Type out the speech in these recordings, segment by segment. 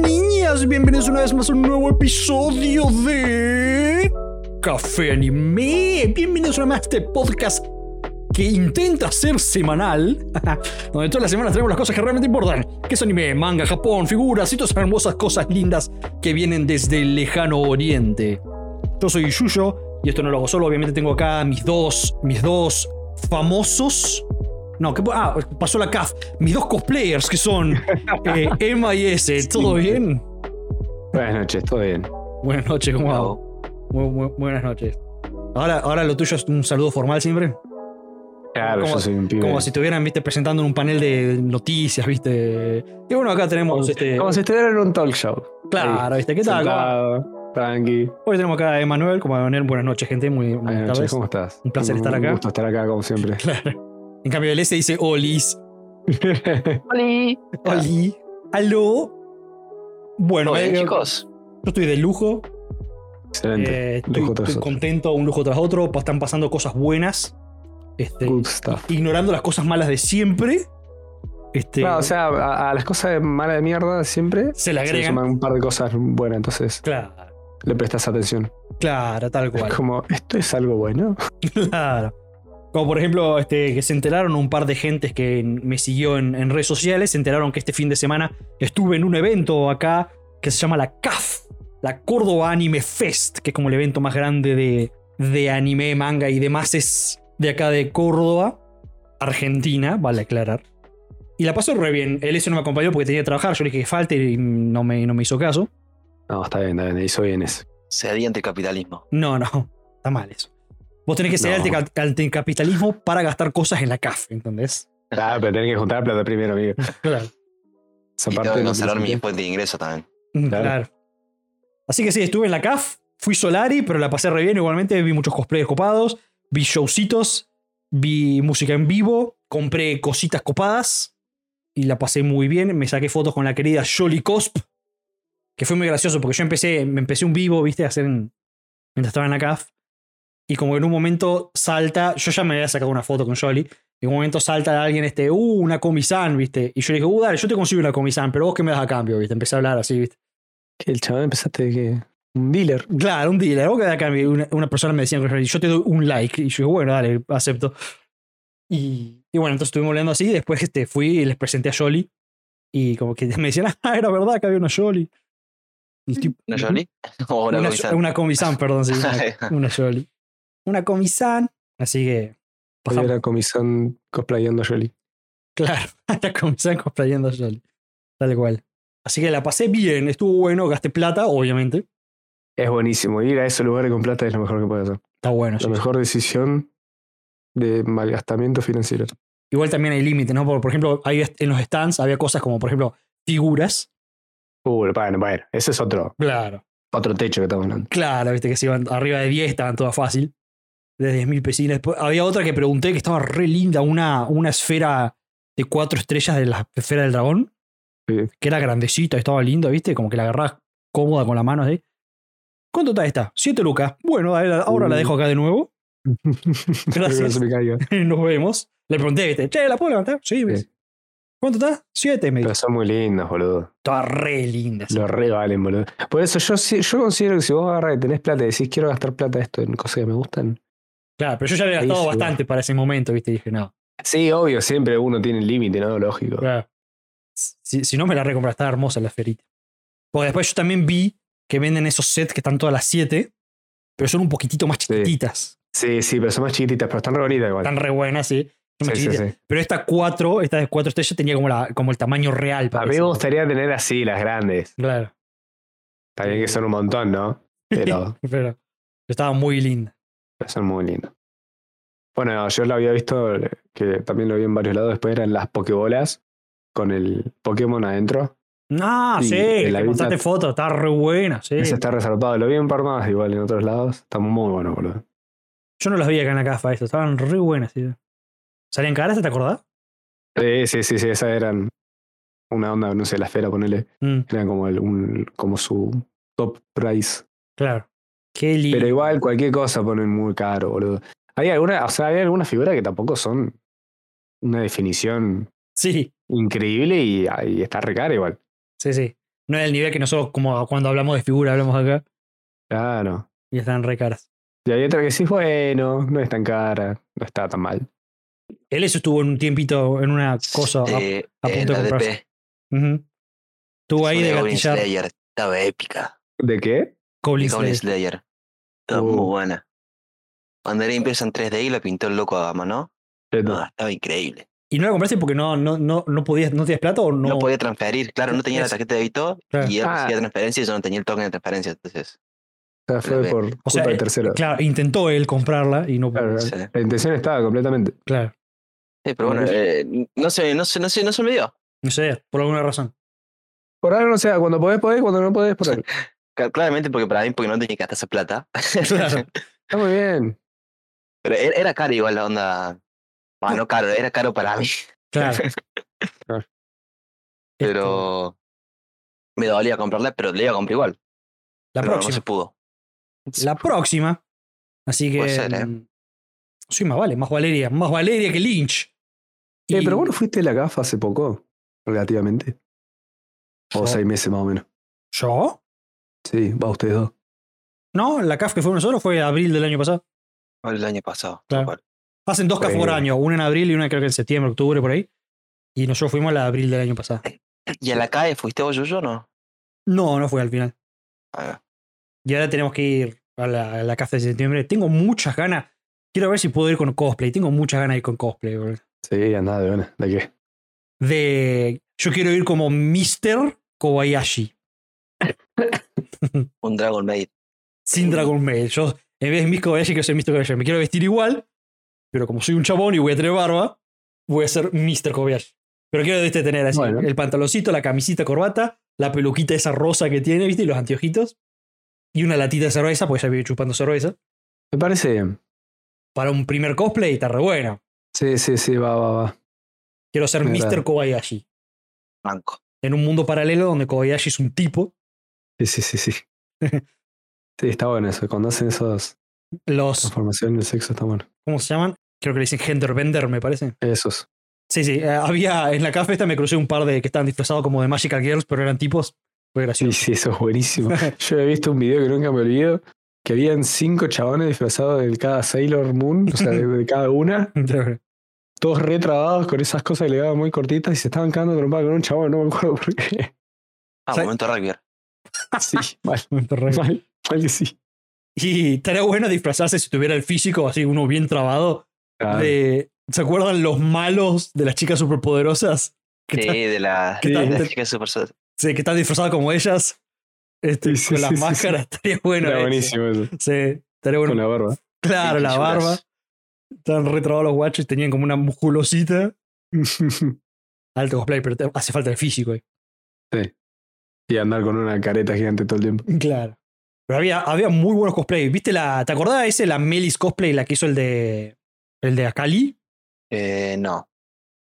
todos, bienvenidos una vez más a un nuevo episodio de Café Anime. Bienvenidos una más a este podcast que intenta ser semanal, donde todas las semanas tenemos las cosas que realmente importan, que es anime, manga, Japón, figuras y todas esas hermosas cosas lindas que vienen desde el lejano oriente. Yo soy Yuyo y esto no lo hago solo, obviamente tengo acá a mis dos, mis dos famosos. No, ¿qué, po- ah, pasó la CAF. Mis dos cosplayers que son eh, Emma y S. ¿Todo bien? Buenas noches, todo bien. Buenas noches, ¿cómo hago? Bu- bu- buenas noches. Ahora, ahora lo tuyo es un saludo formal siempre. Claro, ¿Cómo- yo soy un pibe. Como si estuvieran, viste, presentando en un panel de noticias, viste. Y bueno, acá tenemos este. Como si estuviera en un talk show. Claro, viste, ¿qué tal? ¿Cómo- Sentado, tranqui. Hoy tenemos acá a Emanuel. Como Emanuel, buenas noches, gente. Muy buenas Buenas noches, tardes. ¿cómo estás? Un placer estar acá. Un gusto estar acá, como siempre. Claro. En cambio, el S dice Olis. eh, Oli. Oli. Aló. Bueno, eh, chicos. yo estoy de lujo. Excelente. Eh, estoy, lujo tras estoy otro. contento, un lujo tras otro. pa- Están pasando cosas buenas. Este, Good stuff. ignorando las cosas malas de siempre. Este, No, o sea, a, a las cosas malas de mierda siempre se le se le agregan. suman un par de cosas buenas, entonces claro, le prestas atención. claro, tal cual. Es como, ¿esto es algo bueno? Claro. Como por ejemplo, este, que se enteraron un par de gentes que en- me siguió en, en redes sociales, se enteraron que este fin de semana estuve en un evento acá que se llama la CAF, la Córdoba Anime Fest, que es como el evento más grande de, de anime, manga y demás es de acá de Córdoba, Argentina, vale aclarar. Y la pasó re bien. El S no me acompañó porque tenía que trabajar, yo le dije que falte y no me, no me hizo caso. No, está bien, está bien, hizo bien eso. Sediente el capitalismo. No, no, está mal eso. Vos tenés que ser No. al anticapitalismo para gastar cosas en la CAF, ¿entendés? Ah, pero tenés que juntar plata primero, amigo. Claro. Esa Y parte tengo que no conservar tiene mi fuente de ingreso también. Mm, Claro. Así que sí, estuve en la CAF, fui Solari, pero la pasé re bien igualmente. Vi muchos cosplays copados, vi showcitos, vi música en vivo, compré cositas copadas y la pasé muy bien. Me saqué fotos con la querida Jolly Cosp, que fue muy gracioso porque yo empecé, me empecé un vivo, viste, a hacer en- mientras estaba en la CAF. Y como que en un momento salta, yo ya me había sacado una foto con Jolly. En un momento salta alguien este, uh, una comisán, viste. Y yo le dije, uh, dale, yo te consigo una comisán, pero vos qué me das a cambio, viste. Empecé a hablar así, viste. Que El chaval empezaste de que. Un dealer. Claro, un dealer. Vos quedás acá, una, una persona me decía, yo te doy un like. Y yo, bueno, dale, acepto. Y, y bueno, entonces estuvimos hablando así. Después este, fui y les presenté a Jolly. Y como que me decían, ah, era verdad que había una Jolly. El tipo- ¿No, Jolie? O una una, comisar. una comisán, perdón, sí. Una, una Jolly. Una comisán. Así que. Hoy pasamos- era comisión cosplayando a Jolie. Claro, la comenzaron cosplayando a Jolly. Tal cual. Así que la pasé bien, estuvo bueno, gasté plata, obviamente. Es buenísimo. Ir a esos lugares con plata es lo mejor que puedes hacer. Está bueno. Ah, sí. La mejor decisión de malgastamiento financiero. Igual también hay límites, ¿no? Por, por ejemplo, ahí est- en los stands había cosas como, por ejemplo, figuras. Uh, bueno, bueno, ese es otro, Claro. otro techo que estamos hablando. Claro, viste que se iban arriba de 10, estaban todas fácil. De 10.000 pesinas. Después, había otra que pregunté que estaba re linda, una, una esfera de cuatro estrellas de la esfera del dragón. Sí. Que era grandecita, estaba linda, viste, como que la agarrás cómoda con la mano así. ¿Cuánto está esta? 7 lucas. Bueno, a ver, ahora la Uh. dejo acá de nuevo. Espero que no se me caiga. Nos vemos. Le pregunté, viste, che, ¿la puedo levantar? Sí, me Sí. dice. ¿Cuánto está? 7, me dice. Pero son muy lindos, boludo. Estaba re linda. así. Lo re valen, boludo. Por eso yo, sí- yo considero que si vos agarras y tenés plata y decís quiero gastar plata esto en cosas que me gustan. Claro, pero yo ya había Ahí gastado sí. bastante para ese momento, ¿viste? Y dije, no. Sí, obvio, siempre uno tiene un límite, ¿no? Lógico. claro. Si, si no, me la recompra, está hermosa la esferita. Porque después yo también vi que venden esos sets que están todas las 7, pero son un poquitito más chiquititas. Sí, sí, pero son más chiquititas, pero están re bonitas igual. Están re buenas, sí. Son más Sí, sí, chiquititas. sí. Pero esta 4, esta de 4 estrellas tenía como, la, como el tamaño real. A mí parece. me gustaría tener así las grandes. Claro, Está bien que son un montón, ¿no? Pero pero estaba muy linda. Pero Son muy lindos. Bueno, yo lo había visto, eh, que también lo vi en varios lados, después eran las pokebolas con el Pokémon adentro. Ah, Sí, sí, de la que vida- mostraste fotos, está re buena, sí. Ese está resaltado. Lo vi un par más igual en otros lados. Está muy bueno, boludo. Yo no las vi acá en la cafa, esto, estaban re buenas, sí. ¿Salían caras, te acordás? Sí, sí, sí, sí, esas eran una onda, no sé, la esfera, ponele. Mm, Eran como, el, un- como su top price. claro. Qué lindo. Pero igual cualquier cosa ponen muy caro, boludo. Hay alguna, o sea, hay algunas figuras que tampoco son una definición Sí, increíble y, y está re cara igual. sí, sí. No era el nivel que nosotros, como cuando hablamos de figura, hablamos acá. Claro. Y están re caras. Y hay otra que sí, bueno, no es tan cara, no está tan mal. Él eso estuvo en un tiempito en una cosa. a- Eh, a eh, punto de la DP. comprarse. Ujú. Estuvo ahí Una de Goblin gatillar Slayer, Estaba épica. ¿De qué? Goblin Goblin Slayer. Slayer. Estaba Uh. muy buena. Cuando era impresa en 3D y la pintó el loco a mano. Cheto. Ah, estaba increíble. ¿Y no la compraste porque no, no, no, no podías, no tenías plata o no? No. podía transferir. Claro, no tenía la Eso. tarjeta de débito Claro. y él Ah. hacía transferencia y yo no tenía el token de transferencia. Entonces, O sea, fue Debe. por Ah, o sea, culpa de eh, tercero. Claro, intentó él comprarla y no Claro, pudo. sí. La intención estaba completamente. Claro. Sí, pero bueno, Bueno. eh, no, se, no, se, no, se, no se me dio. No sé, por alguna razón. Por algo, o sea, cuando podés, podés, cuando no podés, por algo. Ca- Claramente porque para mí, porque no tenía que gastar esa plata. Claro. Está muy bien. Pero era, era caro igual la onda. Ah, no caro, era caro para mí. Este Claro. Claro. Este, Pero me dolía comprarla, pero le iba a comprar igual. La pero no próxima. se pudo. La próxima. Así que. Puede ser, ¿eh? mm, Sí, más vale, más Valeria. Más Valeria que Lynch. Eh, Y- pero bueno, fuiste a la gafa hace poco, relativamente. O Yo- seis meses más o menos. ¿Yo? Sí, va ustedes dos. No, la CAF que fue nosotros fue abril del año pasado. El año pasado. Claro. igual. Hacen dos CAF por Bueno. año, una en abril y una creo que en septiembre, octubre, por ahí. Y nosotros fuimos a la de abril del año pasado. ¿Y a la CAE fuiste vos, Yuyo, o no? No, no fue al final. Ah, Y ahora tenemos que ir a la, a la CAF de septiembre. Tengo muchas ganas. Quiero ver si puedo ir con cosplay. Tengo muchas ganas de ir con cosplay, boludo. Sí, andá de buena. ¿De qué? De. Yo quiero ir como Mr. Kobayashi. un Dragon Maid. Sin Eh, Dragon Mail. Yo, en vez de Mr. Kobayashi, quiero ser Mr. Kobayashi. Me quiero vestir igual. Pero como soy un chabón y voy a tener barba, voy a ser Mr. Kobayashi. Pero quiero ¿viste, tener así Bueno. el pantaloncito, la camisita, corbata, la peluquita esa rosa que tiene, ¿viste? Y los anteojitos. Y una latita de cerveza, porque ya vive chupando cerveza. Me parece bien. Para un primer cosplay está re bueno. Sí, sí, sí, va, va, va. Quiero ser Claro. Mr. Kobayashi. Banco. En un mundo paralelo donde Kobayashi es un tipo. Sí, sí, sí, sí. sí, está bueno eso. Cuando hacen esas Los. transformaciones del sexo, está bueno. ¿Cómo se llaman? Creo que le dicen genderbender, me parece. Esos. Sí, sí. eh, Había. En la café esta me crucé un par de que estaban disfrazados como de Magical Girls, pero eran tipos. Fue Sí, gracioso. sí, eso es buenísimo. Yo he visto un video que nunca me olvido, que habían cinco chabones disfrazados de cada Sailor Moon, o sea, de, de cada una, todos retrabados con esas cosas que le daban muy cortitas y se estaban cagando trompadas con un chabón, no me acuerdo por qué. Ah, Sí. momento rugby. Sí, mal, Momento re- mal, mal que sí. y estaría bueno disfrazarse si tuviera el físico así, uno bien trabado. Ah, de- ¿Se acuerdan los malos de las chicas superpoderosas? Que, Sí, están- de la, qué de tal? la chica super sí, que están disfrazadas como ellas. Este, Sí, sí, con las sí, sí, sí. máscaras. Estaría bueno. Era eso. buenísimo eso, Sí, estaría bueno. con la barba. Claro, la Pinchuras. barba. Estaban retrabados los guachos, tenían como una musculosita. Alto cosplay, pero te- hace falta el físico. ahí. y andar con una careta gigante todo el tiempo. Claro. Pero había, había muy buenos cosplays. ¿Viste la. ¿Te acordás de ese, la Melis cosplay, la que hizo el de. El de Akali, Eh, no.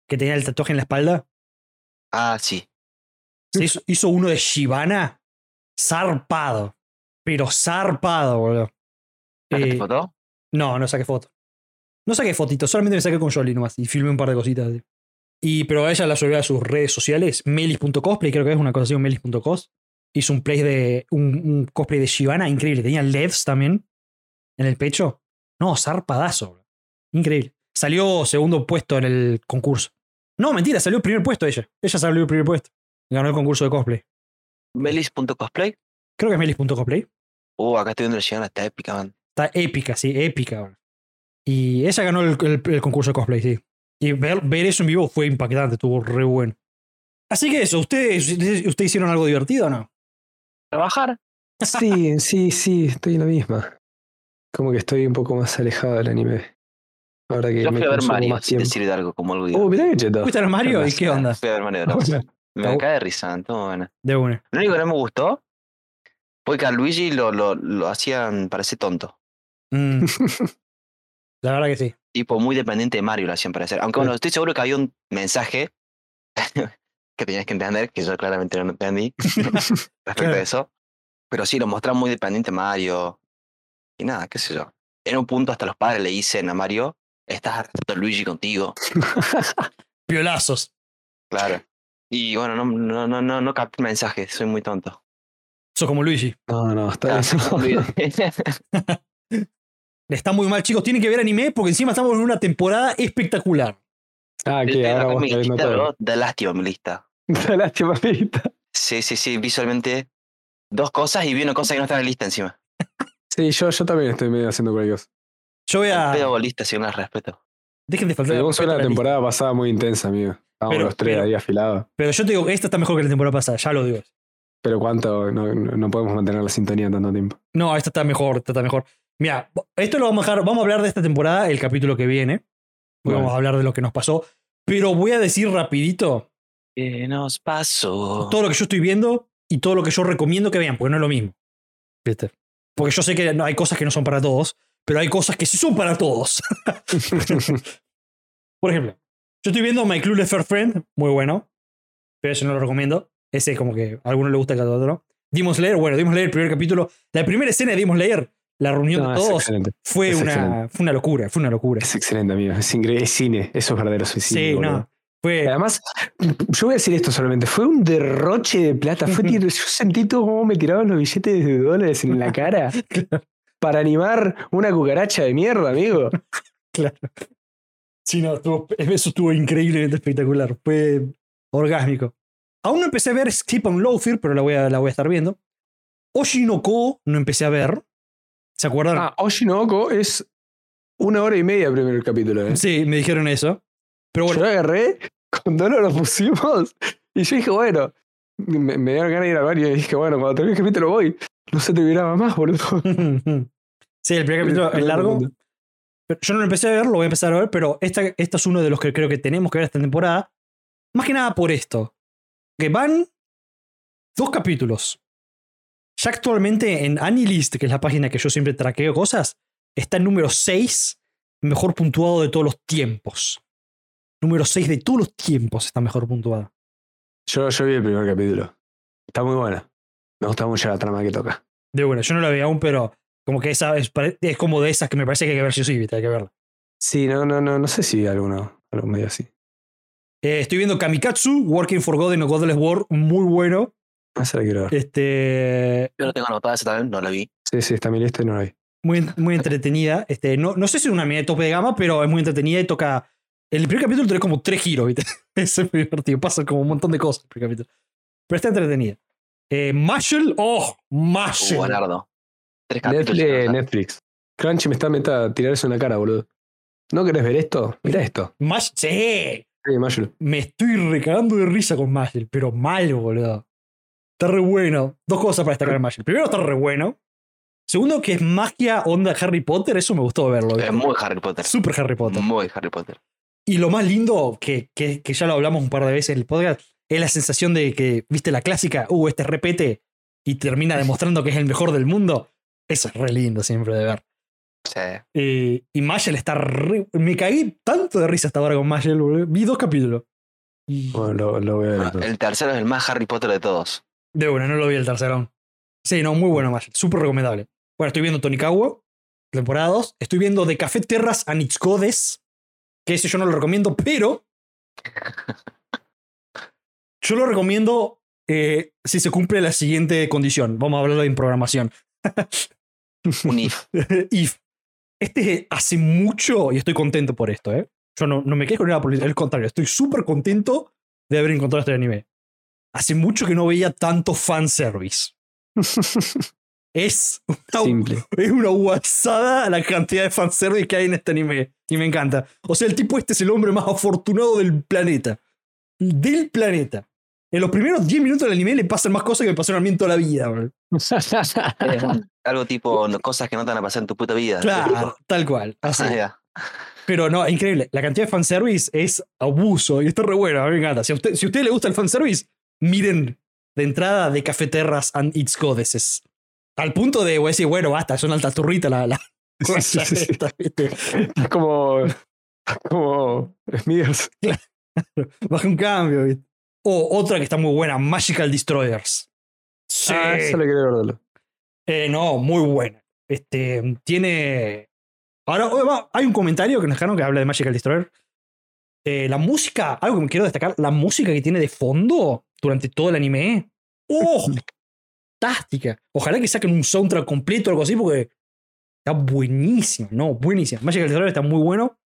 que tenía el tatuaje en la espalda? Ah, sí. Se hizo, hizo uno de Shivana. Zarpado. Pero zarpado, boludo. ¿Sacaste Eh, foto? No, no saqué foto. No saqué fotitos, solamente me saqué con Jolie nomás y filmé un par de cositas. así. Y, pero a ella la subí a sus redes sociales, melis.cosplay, creo que es una cosa así, un melis.cos. Hizo un, play de, un, un cosplay de Shivana increíble. Tenía LEDs también en el pecho. No, zarpadazo. bro. Increíble. Salió segundo puesto en el concurso. No, mentira, salió primer puesto ella. Ella salió primer puesto. Ganó el concurso de cosplay. Melis.cosplay. Creo que es melis.cosplay. Uh, acá estoy viendo la llegada, está épica, man. Está épica, sí, épica. bro. Y ella ganó el, el- el concurso de cosplay, sí. Y ver, ver eso en vivo fue impactante, estuvo re bueno. Así que eso, ¿ustedes, ustedes, ustedes hicieron algo divertido o no? ¿Trabajar? Sí, sí, sí, estoy en la misma. Como que estoy un poco más alejado del anime. Ahora Eh, que Yo me fui a ver consumo Mario, más si te tiempo. sirve de algo, como algo Oh, divertido. mirá que cheto. ¿Fuiste a los Mario y Además, qué Uh, onda? Fui a ver Mario Bros. Hola. Está Me cae de risa, estuvo buena. De una. Lo único que no me gustó fue que a Luigi lo, lo, lo hacían parecer tonto. Mm, la verdad que sí. Tipo, muy dependiente de Mario lo hacían parecer. Aunque bueno, estoy seguro que había un mensaje que tenías que entender, que yo claramente no entendí respecto Claro. a eso. Pero sí, lo mostraron muy dependiente de Mario. Y nada, qué sé yo. En un punto hasta los padres le dicen a Mario, estás arrastrando a Luigi contigo. Violazos. Claro. Y bueno, no, no, no, no, no capté el mensaje, soy muy tonto. Sos como Luigi. No, no, Ah, está bien. Está muy mal, chicos. Tienen que ver anime porque encima estamos en una temporada espectacular. Ah, que ahora Acá vamos mi viendo lista, todo. bro, da lástima mi lista. Da lástima, Pita. Sí, sí, sí, visualmente dos cosas y vi una cosa que no está en la lista encima. Sí, yo, yo también estoy medio haciendo cualquier cosa. Yo voy a. Al pedo bolista, si no las respeto. Dejen de faltar. Tuvimos respeto a una la lista. temporada pasada muy intensa, amigo. Estábamos Pero- los tres pero- ahí afilados. Pero yo te digo que esta está mejor que la temporada pasada, ya lo digo. Pero cuánto no, no- no podemos mantener la sintonía tanto tiempo. No, esta está mejor, esta está mejor. Mira, esto lo vamos a dejar. Vamos a hablar de esta temporada el capítulo que viene. Hoy Bueno. Vamos a hablar de lo que nos pasó. Pero voy a decir rapidito ¿Qué nos pasó? todo lo que yo estoy viendo y todo lo que yo recomiendo que vean, porque no es lo mismo. ¿Viste? Porque yo sé que no, hay cosas que no son para todos, pero hay cosas que sí son para todos. Por ejemplo, yo estoy viendo My Club de Fair Friend, muy bueno, pero ese no lo recomiendo. Ese como que a alguno le gusta, que a otro no. Demon Slayer, bueno, Demon Slayer, el primer capítulo. La primera escena de Demon Slayer, la reunión No, de es todos, excelente. fue es una, excelente. fue una locura, fue una locura. Es excelente, amigo. Es increíble. Es cine. Eso es verdadero suicidio. Sí, boludo. no. eh. Fue, Además, yo voy a decir esto solamente. Fue un derroche de plata. Fue tiro- Yo sentí todo como me tiraban los billetes de dólares en la cara para animar una cucaracha de mierda, amigo. sí, no, estuvo- eso estuvo increíblemente espectacular. Fue orgásmico. Aún no empecé a ver Skip and Lowfear, pero la voy, a, la voy a estar viendo. Oshinoko no empecé a ver. ¿Se acuerdan? Ah, Oshinoko es una hora y media el primer capítulo. ¿eh? Sí, me dijeron eso. Pero Yo bueno, lo agarré, cuando lo lo pusimos, y yo dije, bueno, me, me dieron ganas de ir al baño y dije, bueno, cuando termine el capítulo voy. No se te miraba más, boludo. sí, el primer capítulo es largo. Pero Yo no lo empecé a ver, lo voy a empezar a ver, pero esta, esta es uno de los que creo que tenemos que ver esta temporada. Más que nada por esto. Que van dos capítulos. Ya actualmente en Anilist, que es la página que yo siempre traqueo cosas, está el número 6, mejor puntuado de todos los tiempos. Número 6 de todos los tiempos está mejor puntuada. Yo, yo vi el primer capítulo. Está muy buena. Me gusta mucho la trama que toca. De bueno, yo no la veo aún, pero como que esa es, pare- es como de esas que me parece que hay que ver si sí, viste, hay que verla. Sí, no, no, no, no sé si alguno, algo medio así. Eh, estoy viendo Kamikatsu, Working for God in a Godless War, muy bueno. No Ah, se la quiero ver. Este, Yo no tengo anotada esa también, no la vi. Sí, sí, está mi lista y no la vi. muy, muy entretenida. Este, no, no sé si es una media tope de gama, pero es muy entretenida y toca. El primer capítulo tiene como tres giros, ¿viste? Eso es muy divertido. Pasa como un montón de cosas el primer capítulo. Pero está entretenida. Eh, Marshall, oh, Uh, Marshall. Leonardo. Tres capítulos. Netflix, ya no está. Netflix. Crunchy me está meta tirar eso en la cara, boludo. ¿No querés ver esto? Mirá esto. Mash- sí, Sí, Mayur. me estoy recagando de risa con Marshall, pero mal, boludo. Está re bueno. Dos cosas para destacar en Marshall. Primero, está re bueno. Segundo, que es magia onda Harry Potter. Eso me gustó verlo. ¿viste? Es muy Harry Potter. Super Harry Potter. Muy Harry Potter. Y lo más lindo, que, que- que ya lo hablamos un par de veces en el podcast, es la sensación de que, viste, la clásica, uh, este repete y termina demostrando que es el mejor del mundo. Eso es re lindo siempre de ver. O sea, Eh, y Mayel está re... Me caí tanto de risa hasta ahora con Mayel, boludo. Vi dos capítulos. Y Bueno, lo, lo voy a ver. bueno, el tercero es el más Harry Potter de todos. de una, no lo vi el tercero aún. Sí, no, muy bueno Mayel. Súper recomendable. Bueno, estoy viendo Tonikawa, temporada 2. Estoy viendo De Café Terras a Nitzcodes, que ese yo no lo recomiendo, pero... Yo lo recomiendo eh, si se cumple la siguiente condición. Vamos a hablarlo en programación. Un if. If. Este hace mucho y estoy contento por esto, ¿eh? Yo no, no me quejo ni nada por el al contrario. Estoy súper contento de haber encontrado este anime. Hace mucho que no veía tanto fanservice. Es una, Simple. es una guasada la cantidad de fanservice que hay en este anime. Y me encanta. O sea, el tipo este es el hombre más afortunado del planeta. Del planeta. En los primeros 10 minutos del anime le pasan más cosas que me pasaron a mí en toda la vida, bro. Es un- algo tipo no- cosas que no te van a pasar en tu puta vida. Claro, tal cual. Así. Ah, ya. Pero no, increíble. La cantidad de fanservice es abuso y está re bueno. A mí me encanta. Si a usted, si a usted le gusta el fanservice, miren de entrada de Cafeterras and Its Goddesses. Al punto de voy a decir, bueno, basta, son altas turritas la, la Sí, sí, sí, sí. esta, ¿viste? Es como. como. Smithers. Baja un cambio. ¿viste? O otra que está muy buena, Magical Destroyers. Sí. Ah, solo quería verlo. Eh, no, muy buena. Este, tiene. Ahora, oh, va, hay un comentario que nos dejaron que habla de Magical Destroyer. Eh, la música, algo que me quiero destacar, la música que tiene de fondo durante todo el anime. ¡Oh! Fantástica. Ojalá que saquen un soundtrack completo o algo así, porque está buenísimo, ¿no? Buenísimo. Magical Destroyer está muy bueno.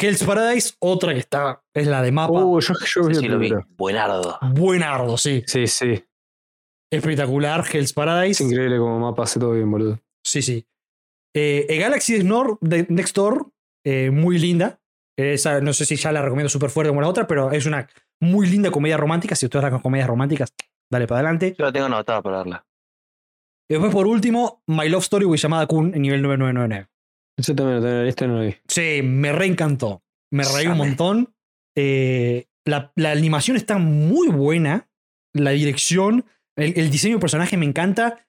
Hell's Paradise, otra que está, es la de mapa. Uh, yo, yo vi Sí, sí, el lo vi. primero. Buenardo. Buenardo, sí. Sí, sí. Espectacular, Hell's Paradise. Es increíble como mapa hace todo bien, boludo. Sí, sí. Eh, eh, Galaxy is Nor- de- Next Door, eh, muy linda. Eh, Esa, no sé si ya la recomiendo súper fuerte como la otra, pero es una muy linda comedia romántica. Si ustedes las comedias románticas, dale para adelante. Yo la tengo anotada para verla. Y después, por último, My Love Story with Yamada Kun en nivel 9999. Yo también lo tengo en la lista y no lo vi. Sí, me reencantó. Me reí un Same. montón. Eh, la, la animación está muy buena. La dirección, el, el diseño del personaje me encanta.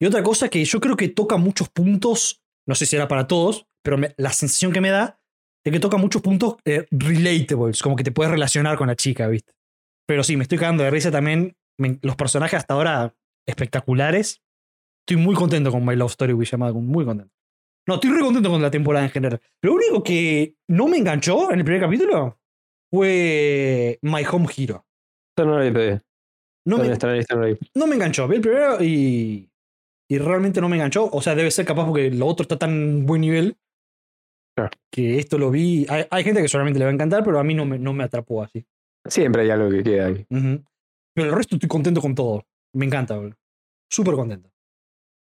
Y otra cosa que yo creo que toca muchos puntos, no sé si era para todos, pero me- la sensación que me da es que toca muchos puntos eh, relatables, como que te puedes relacionar con la chica, ¿viste? Pero sí, me estoy cagando de risa también. Me- los personajes hasta ahora espectaculares. Estoy muy contento con My Love Story with Yamada Kun, muy contento. No, estoy re contento con la temporada en general. Lo único que no me enganchó en el primer capítulo fue My Home Hero. Yo no lo vi todavía. No También me, está en la lista y no lo vi. no me enganchó. Vi el primero y, y realmente no me enganchó. O sea, debe ser capaz porque lo otro está tan buen nivel Claro. que esto lo vi. Hay, hay gente que solamente le va a encantar, pero a mí no me, no me atrapó así. Siempre hay algo que queda ahí. Ujú. Pero el resto estoy contento con todo. Me encanta, boludo. Súper contento.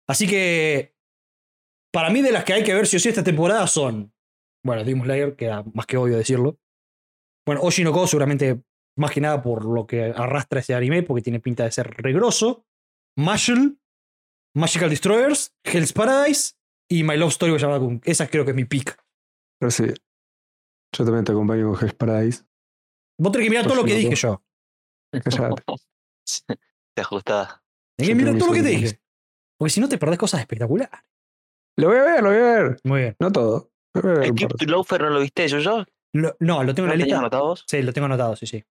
Así que. Para mí, de las que hay que ver si o sí esta temporada son. Bueno, Demon Slayer, que era más que obvio decirlo. Bueno, Oshinoko, seguramente más que nada por lo que arrastra ese anime, porque tiene pinta de ser regroso. Marshall, Magical Destroyers, Hell's Paradise y My Love Story llamada Kun. Esa creo que es mi pick. Pero sí. Yo también te acompaño con Hell's Paradise. Vos tenés que mirar todo Pues lo que Oshinoko. dije yo. Cállate. Te ajustada. Tenés que Yo mirar también todo lo que soy te un- dije. Porque si no te perdés cosas espectaculares. Lo voy a ver, lo voy a ver. Muy bien. No todo. Lo voy a ver ¿El un Keep par. to Loafer no lo viste, yo, yo? Lo- no, lo tengo ¿No en la lo tenías lista. anotado vos? Sí, lo tengo anotado, sí, sí.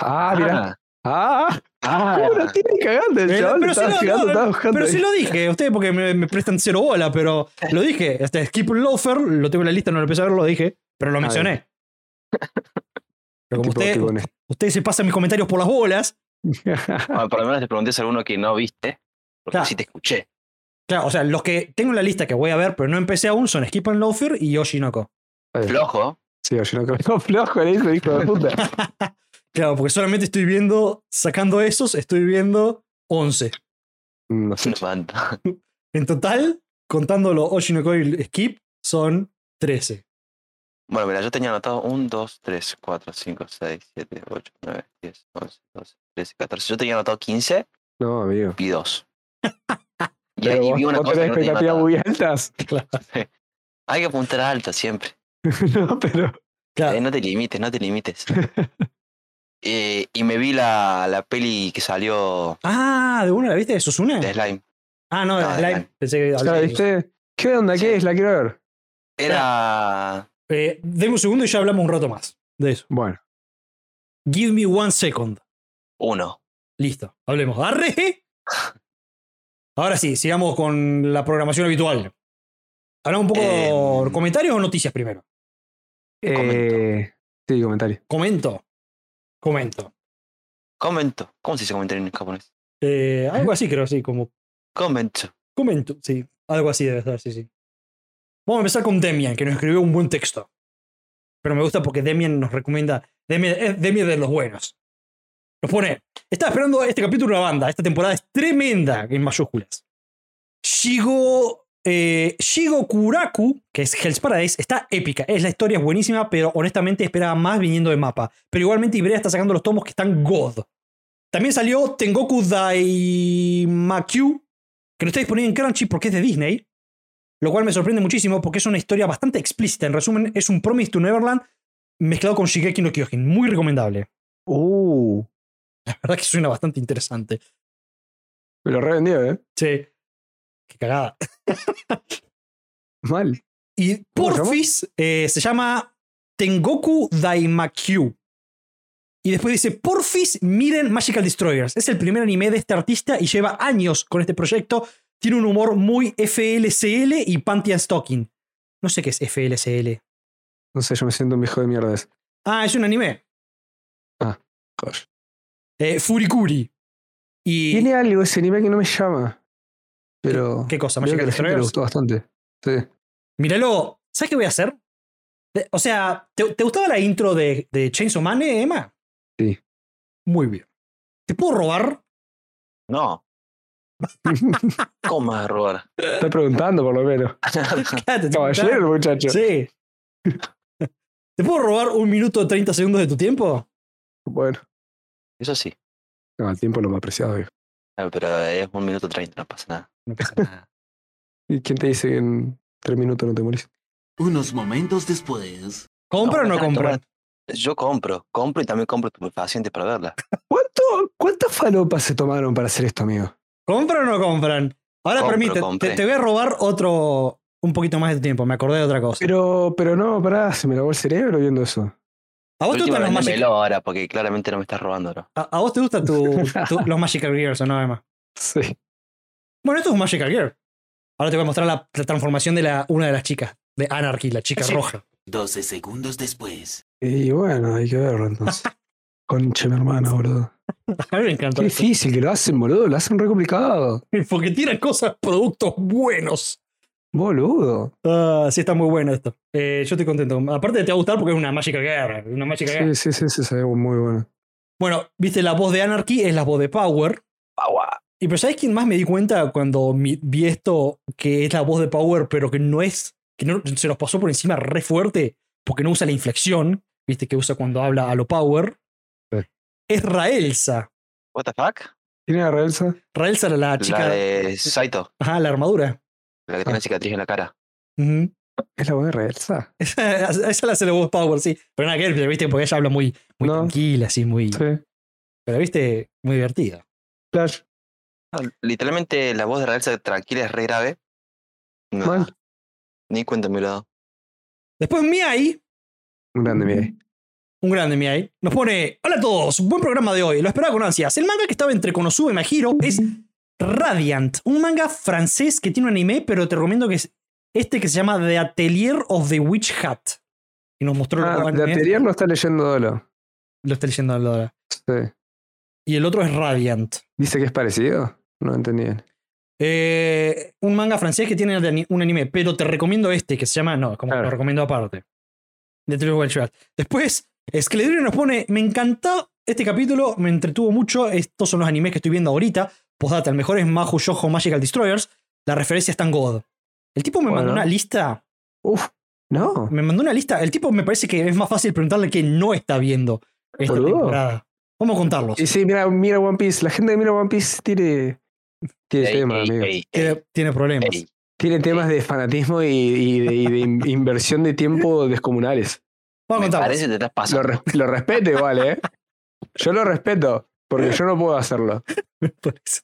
Ah, mirá. Ah, Ah, ¿cómo la tiene cagando el Pero- chaval? pero sí estaba lo- girando, no, estaba buscando. Pero sí ahí. lo dije, ustedes porque me, me prestan cero bola, pero lo dije. Este Skip Loafer, lo tengo en la lista, no lo empecé a ver, lo dije, pero lo Ah, mencioné. Pero como Tipo, usted, tipo honesto. ustedes se pasan mis comentarios por las bolas, Bueno, por lo menos te pregunté si alguno que no viste. Porque Claro. sí te escuché. claro, o sea, los que tengo en la lista que voy a ver, pero no empecé aún, son Skip and Loafer y Yoshinoko. Flojo. Sí, yo no creo flojo le hizo hijo de puta. Claro, porque solamente estoy viendo, sacando esos, estoy viendo 11. No sé. No mando. En total, contándolo Oshinoko y Skip, son 13. Bueno, mira, yo tenía anotado 1, 2, 3, 4, 5, 6, 7, 8, 9, 10, 11, 12, 13, 14. Yo tenía anotado 15 No, amigo. y 2. Y Pero ahí vos, vi una vos cosa que tenés no tenía expectativas anotada. muy altas. Hay que apuntar alto siempre. No, pero. Claro, Eh, no te limites, no te limites. Eh, y me vi la, la peli que salió Ah, de una la viste, de Susune. Eh. de Slime. Ah, no, de No, de Slime. Slime. Pensé que ¿Ya la viste? ¿Qué onda? Sí. ¿Qué es? La quiero ver. Era. Eh, deme un segundo y ya hablamos un rato más de eso. Bueno, Give me one second. Uno. Listo, hablemos. ¡Arre! Ahora sí, sigamos con la programación habitual. Hablamos un poco. Em. ¿Comentarios o noticias primero? eh, sí, comentario. Comento. Comento. Comento. ¿Cómo se dice comentar en japonés? Eh, algo así creo, sí, como Comento. comento. Sí, algo así debe estar, sí, sí. Vamos a empezar con Demian, que nos escribió un buen texto. Pero me gusta porque Demian nos recomienda. Demian es Demian de los buenos. Nos pone. Estaba esperando este capítulo de una banda. Esta temporada es tremenda, en mayúsculas. Shigo. eh, Shigo Kuraku, que es Hell's Paradise, está épica. Es la historia es buenísima, pero honestamente esperaba más viniendo de mapa. Pero igualmente Ibrea está sacando los tomos que están God. También salió Tengoku Daimakyu, que no está disponible en Crunchy porque es de Disney, lo cual me sorprende muchísimo porque es una historia bastante explícita. En resumen, es un Promise to Neverland mezclado con Shigeki no Kyojin. Muy recomendable. Uh, La verdad que suena bastante interesante. me lo revendió, ¿eh? Sí. Qué cagada. Mal. Y ¿Cómo se llama? Porfis eh, se llama Tengoku Daimakyu. Y después dice, Porfis, miren Magical Destroyers. Es el primer anime de este artista y lleva años con este proyecto. Tiene un humor muy FLCL y Panty and Stocking. No sé qué es FLCL. No sé, yo me siento un viejo de mierda. ese. Ah, es un anime. Joder. Eh, Furikuri. Y. Tiene algo ese anime que no me llama. Pero. ¿Qué cosa? Magic creo que a la gente le Destroyers. gustó bastante. Sí. Míralo. ¿Sabes qué voy a hacer? De- O sea, ¿te, te gustaba la intro de, de Chainsaw Man, eh, Emma? Sí. Muy bien. ¿Te puedo robar? No, ¿cómo vas a robar? Está preguntando por lo menos. Quédate, Ah, te- Caballero, muchacho. Sí. ¿Te puedo robar un minuto 30 segundos de tu tiempo? Bueno. Eso sí, No, el tiempo es lo más preciado. viejo. Ah, pero es un minuto treinta, no pasa nada. No pasa nada. ¿Y quién te dice que en tres minutos no te morís? Unos momentos después. ¿Compra o No, no deja de compra? tomar. Yo compro, compro y también compro paciente para verla. ¿Cuánto, ¿Cuántas falopas se tomaron para hacer esto, amigo? ¿Compran o no compran? Ahora Compro, permite, compré. te, te voy a robar otro. Un poquito más de tu tiempo, me acordé de otra cosa. Pero, pero no, pará, se me lavó el cerebro viendo eso. ¿A vos te Última, gustan los Magic, véndemelo ahora, porque claramente no me estás robando, bro. a, a vos te gustan tu- tu- los Magical Gears o no, Emma? Sí. Bueno, esto es un Magical Gear. Ahora te voy a mostrar la, la transformación de la, una de las chicas, de Anarchy, la chica Sí. roja. 12 segundos después. Y bueno, hay que verlo entonces. Conche, mi hermano, boludo. A mí me encanta. Qué esto. difícil que lo hacen, boludo. Lo hacen re complicado. Porque tiran cosas, productos buenos. Boludo. Ah, sí, está muy bueno esto. Eh, yo estoy contento. Aparte, te va a gustar porque es una Magical Gear. Una Magical Gear. Sí, sí, sí, sí, se ve muy bueno. Bueno, viste, la voz de Anarchy es la voz de Power. Y pero ¿sabes quién más me di cuenta cuando mi- vi esto? Que es la voz de Power, pero que no es. Que no, se nos pasó por encima re fuerte porque no usa la inflexión, viste, que usa cuando habla a lo Power. Sí. Es Raelsa. ¿What the fuck? ¿Tiene la realza? Raelsa era la chica. La de Saito, Ajá, la armadura. la que Ah. tiene cicatriz en la cara. Ujú. ¿Es la voz de realza? Esa esa la hace la voz Power, sí. Pero nada que ver, viste, porque ella habla muy, muy No. tranquila, así, muy. Sí. Pero viste, muy divertida. Flash. Ah, Literalmente la voz de Raelsa tranquila es re grave. No, Mal. Ni cuenta me lo he dado. Después Miai, Un grande, mira. Un grande Miai. Nos pone, hola a todos, buen programa de hoy, lo esperaba con ansias. El manga que estaba entre Konosuba y Mahiro es Radiant, un manga francés que tiene un anime, pero te recomiendo que es este que se llama The Atelier of the Witch Hat. Y nos mostró los dos Ah, de animes. anterior lo está leyendo Dolo. Lo está leyendo Lola. Sí. Y el otro es Radiant. ¿Dice que es parecido? No entendí bien. Eh, un manga francés que tiene de ani- un anime, pero te recomiendo este que se llama. No, como que Claro. lo recomiendo aparte. The Three Wild Shards. Después, Escledrio nos pone: Me encantó este capítulo, me entretuvo mucho. Estos son los animes que estoy viendo ahorita. Postdata, el mejor es Mahu Yojo Magical Destroyers. La referencia está en God. El tipo me mandó Bueno. una lista. Uf, no. Me mandó una lista. El tipo me parece que es más fácil preguntarle que no está viendo esta Boludo. temporada. Vamos a contarlos. Y sí, mira, mira One Piece. La gente que mira One Piece tiene, tiene Ey, temas, ey, amigo. ey, ey, Tiene, tiene problemas. ey. Tiene temas de fanatismo y, y de, y de in- inversión de tiempo descomunales. Vamos a Me contarlos. parece que te estás Lo, pasando. res- lo respeto igual, ¿eh? Yo lo respeto, porque yo no puedo hacerlo. Me parece.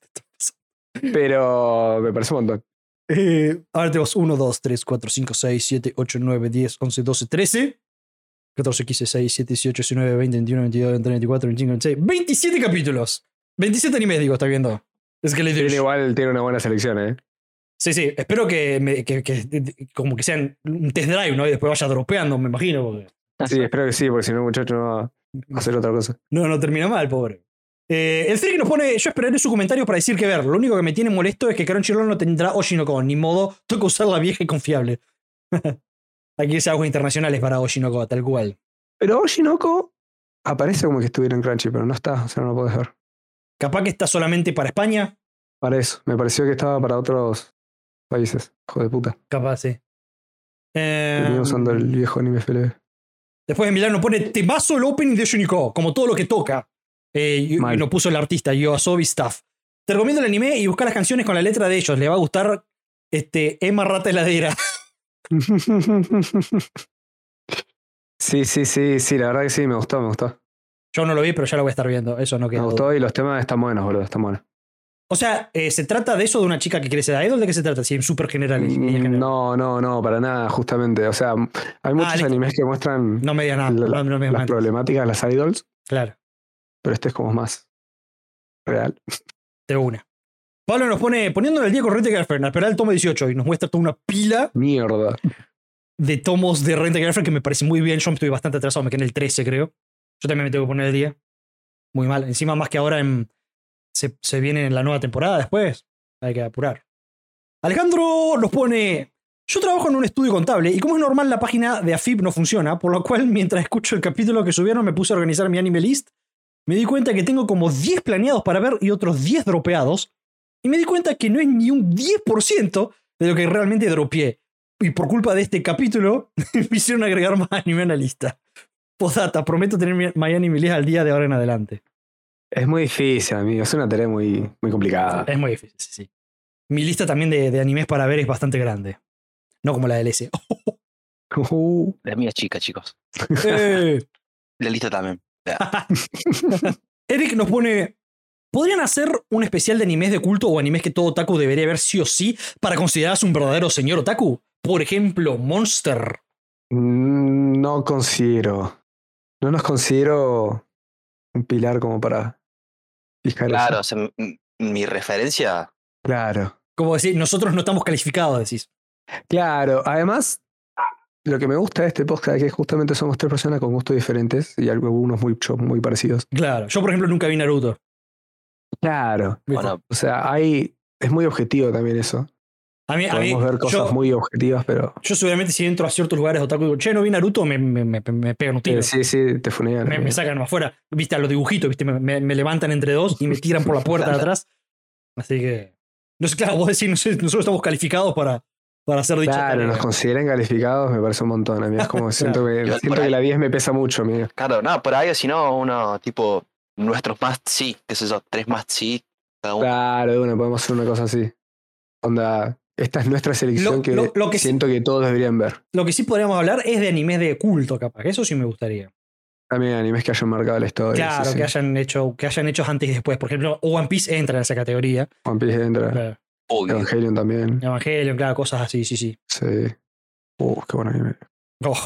Pero me parece un montón. Eh, ahora tenemos 1, 2, 3, 4, 5, 6, 7, 8, 9, 10, 11, 12, 13. 14, 15, 16, 17, 18, 19, 20, 21, 22, 23, 24, 25, 26. 27 capítulos. 27 animes, digo, está viendo. Es que le Tiene igual, tiene una buena selección, ¿eh? Sí, sí, espero que, me- que- que- como que sean un test drive, ¿no? Y después vaya dropeando, me imagino. porque Sí, espero que sí, porque si no, muchacho, no va a hacer otra cosa. no, no termina mal, pobre. Eh, el Frick nos pone, yo esperaré su comentario para decir que ver. Lo único que me tiene molesto es que Crunchyroll no tendrá Oshinoko. Ni modo, toca usar la vieja y confiable. Aquí es aguas internacionales para Oshinoko, tal cual. Pero Oshinoko aparece como que estuviera en Crunchy, pero no está, o sea, no lo puedes ver. Capaz que está solamente para España. Para eso, me pareció que estaba para otros países. Hijo de puta. Capaz, sí. Eh, Venía usando el viejo anime FLB. Después de Milano pone temazo el opening de Shuniko, como todo lo que toca. Eh, y, Mal. y lo puso el artista, Yoasobi Staff. Te recomiendo el anime y buscar las canciones con la letra de ellos. Le va a gustar este, Emma Rata Heladera. Sí, sí, sí, sí, la verdad que sí, me gustó, me gustó. Yo no lo vi, pero ya lo voy a estar viendo. Eso no Me queda. duda. gustó y los temas están buenos, boludo, están buenos. O sea, eh, ¿se trata de eso de una chica que quiere ser idol? ¿De qué se trata? Sí, en súper general. Mm, en líneas generales. No, no, no, para nada, justamente. O sea, hay muchos Ah, listo. animes que muestran No me diga nada. La- No, no me diga las nada. problemáticas de las idols, Claro. pero este es como más real. De una. Pablo nos pone, poniéndole el día corriente que Fernández, pero el tomo 18 y nos muestra toda una pila Mierda. de tomos de Renta Girlfriend que me parece muy bien. Yo estoy bastante atrasado, me quedé en el 13, creo. Yo también me tengo que poner el día. Muy mal. Encima, más que ahora en- se, se viene la nueva temporada después. Hay que apurar. Alejandro nos pone. Yo trabajo en un estudio contable y como es normal la página de AFIP no funciona, por lo cual mientras escucho el capítulo que subieron me puse a organizar mi anime list. Me di cuenta que tengo como 10 planeados para ver y otros 10 dropeados. Y me di cuenta que no es ni un 10% de lo que realmente dropeé. Y por culpa de este capítulo, me hicieron agregar más anime a la lista. Postdata, prometo tener mi- mi anime list al día de ahora en adelante. Es muy difícil, amigo. Es una tarea muy, muy complicada. Es muy difícil, sí, sí. Mi lista también de, de animes para ver es bastante grande. No como la del S. Uh, La mía es chica, chicos. ¡Eh! La lista también. Eric nos pone. ¿Podrían hacer un especial de animes de culto o animes que todo otaku debería ver sí o sí para considerarse un verdadero señor otaku? Por ejemplo, Monster. mm, no considero. No nos considero un pilar como para fijar eso. Claro, o sea, m- m- mi referencia. Claro. Como decir, nosotros no estamos calificados, decís. Claro. Además, lo que me gusta de este podcast es que justamente somos tres personas con gustos diferentes y algunos muy, cho- muy parecidos. Claro. Yo, por ejemplo, nunca vi Naruto. Claro. Bueno, O sea, hay. Es muy objetivo también eso. A mí, a mí Podemos ver cosas yo, muy objetivas, pero. yo seguramente si entro a ciertos lugares de otaku y digo, che, no vi Naruto, me, me, me- me pegan un tiro. Eh, sí, sí, te funean. me, me sacan más afuera. Viste a los dibujitos, viste, me, me- me levantan entre dos y me tiran por la puerta de atrás. Así que. No sé, claro, vos decís, no sé, nosotros estamos calificados para, para hacer dicha Claro, tarea. nos consideran calificados, me parece un montón. A mí es como siento, que, Igual siento por que ahí. la 10 me pesa mucho. amigo. claro, no, por ahí, o si no, uno tipo nuestros más sí, qué sé yo, tres más sí, cada uno. Claro, de una, podemos hacer una cosa así. Onda, esta es nuestra selección Lo- que, lo- lo que sí- siento que todos deberían ver. Lo que sí podríamos hablar es de animes de culto, capaz. que Eso sí me gustaría. También animes que hayan marcado la historia. claro, sí, sí. que, Hayan hecho, que hayan hecho antes y después. Por ejemplo, One Piece entra en esa categoría. One Piece entra, Claro. Obvio. Evangelion también. Evangelion, claro, cosas así, sí, sí. Sí. Uh, qué buen anime. Oh.